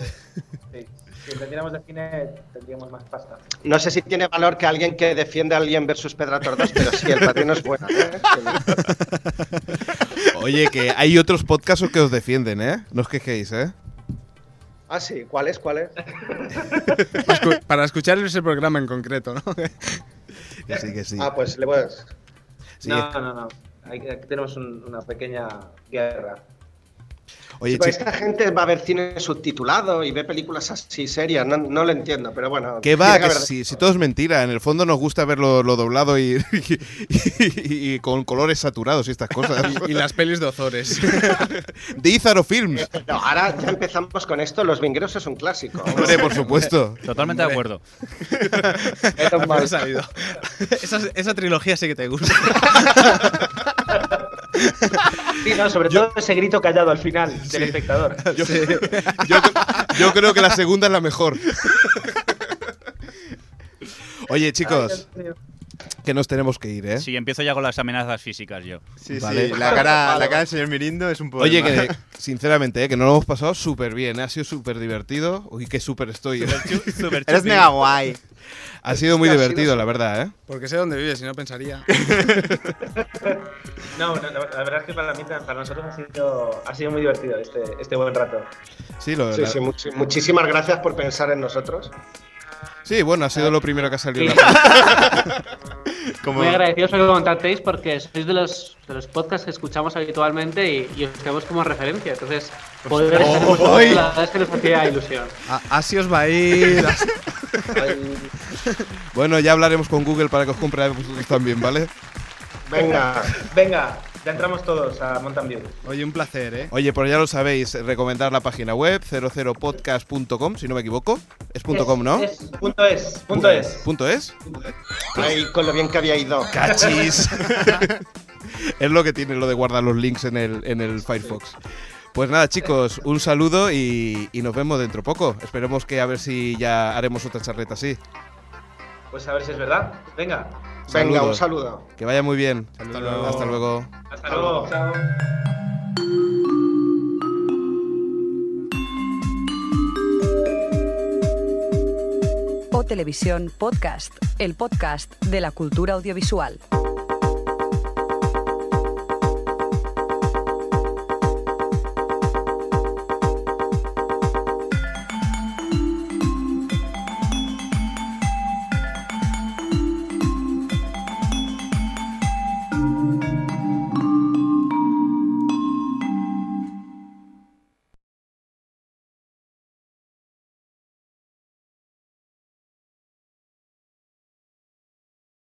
Speaker 6: Sí, Si entendiéramos de cine, tendríamos más pasta.
Speaker 8: No sé si tiene valor que alguien que defiende a alguien versus Predator 2, pero sí, el padrino es bueno. ¿eh?
Speaker 2: Oye, que hay otros podcasts que os defienden, ¿eh? No os quejéis, ¿eh?
Speaker 8: Ah, sí, ¿cuál es? ¿Cuál es?
Speaker 5: Para escu- Para escuchar ese programa en concreto, ¿no?
Speaker 2: Que sí, que sí.
Speaker 8: Ah, pues le voy a-
Speaker 2: Sí,
Speaker 6: No, no, no. Aquí aquí tenemos un- una pequeña guerra.
Speaker 2: Oye,
Speaker 8: Pues
Speaker 2: chi-
Speaker 8: esta gente va a ver cine subtitulado y ve películas así serias, no, no lo entiendo, pero bueno.
Speaker 2: Que va,
Speaker 8: tiene
Speaker 2: que
Speaker 8: haber-
Speaker 2: si, si todo es mentira. En el fondo nos gusta verlo lo doblado y, y- y- y con colores saturados y estas cosas.
Speaker 5: Y las pelis de Ozores.
Speaker 2: De Izaro Films.
Speaker 8: No, ahora ya empezamos con esto, Los Vingueros es un clásico.
Speaker 2: Hombre, pues, por supuesto.
Speaker 4: Totalmente de acuerdo.
Speaker 5: Haberlo sabido. Esa, esa trilogía sí que te gusta.
Speaker 6: Sí, no, sobre todo ese grito callado al final del espectador.
Speaker 2: Yo, yo- yo creo que la segunda es la mejor. Oye, chicos, que nos tenemos que ir, ¿eh?
Speaker 4: Sí, empiezo ya con las amenazas físicas yo.
Speaker 7: Sí,
Speaker 2: Vale.
Speaker 7: sí. La cara, la cara del señor Mirindo es un poco.
Speaker 2: Oye, que sinceramente, ¿eh? que nos lo hemos pasado súper bien. ¿eh? Ha sido súper divertido. Uy, qué súper estoy. ¿eh?
Speaker 7: Eres mega guay.
Speaker 2: ha sido muy divertido, la verdad, ¿eh?
Speaker 5: Porque sé dónde vives, si no pensaría.
Speaker 6: No, no, la la verdad es que para mí, para nosotros ha sido, ha sido muy divertido este, este buen rato.
Speaker 2: Sí, lo,
Speaker 8: Sí,
Speaker 2: la-
Speaker 8: sí, much- muchísimas gracias por pensar en nosotros.
Speaker 2: Sí, bueno, ha sido lo primero que ha salido. en
Speaker 10: Sí.
Speaker 2: la- Como-
Speaker 10: Muy agradecidos que contactéis porque sois de los, de los podcasts que escuchamos habitualmente y, y os tenemos como referencia. Entonces, poder
Speaker 5: Ostras.
Speaker 10: estar con vosotros,
Speaker 5: ¡Ay!
Speaker 10: la verdad es que nos hacía ilusión.
Speaker 5: A- Así os va a ir. así-
Speaker 2: bueno, ya hablaremos con Google para que os compre vosotros también, ¿vale?
Speaker 6: Venga, venga, ya entramos todos a Mountain View.
Speaker 5: Oye, un placer, ¿eh?
Speaker 2: Oye, pues ya lo sabéis, recomendar la página web 00podcast.com, si no me equivoco. Es punto .com, ¿no?
Speaker 6: Es, punto es, punto es.
Speaker 2: ¿Punto es?
Speaker 8: Ay, con lo bien que había ido.
Speaker 2: ¡Cachis! es lo que tiene lo de guardar los links en el, en el Firefox. Pues nada, chicos, un saludo y, y nos vemos dentro poco. Esperemos que a ver si ya haremos otra charleta así.
Speaker 6: Pues a ver si es verdad. Venga,
Speaker 8: Venga, un
Speaker 2: Saludos.
Speaker 8: saludo.
Speaker 2: Que vaya muy bien.
Speaker 5: luego.
Speaker 2: Hasta luego.
Speaker 6: hasta luego. Chao.
Speaker 1: O Televisión Podcast, el podcast de la cultura audiovisual.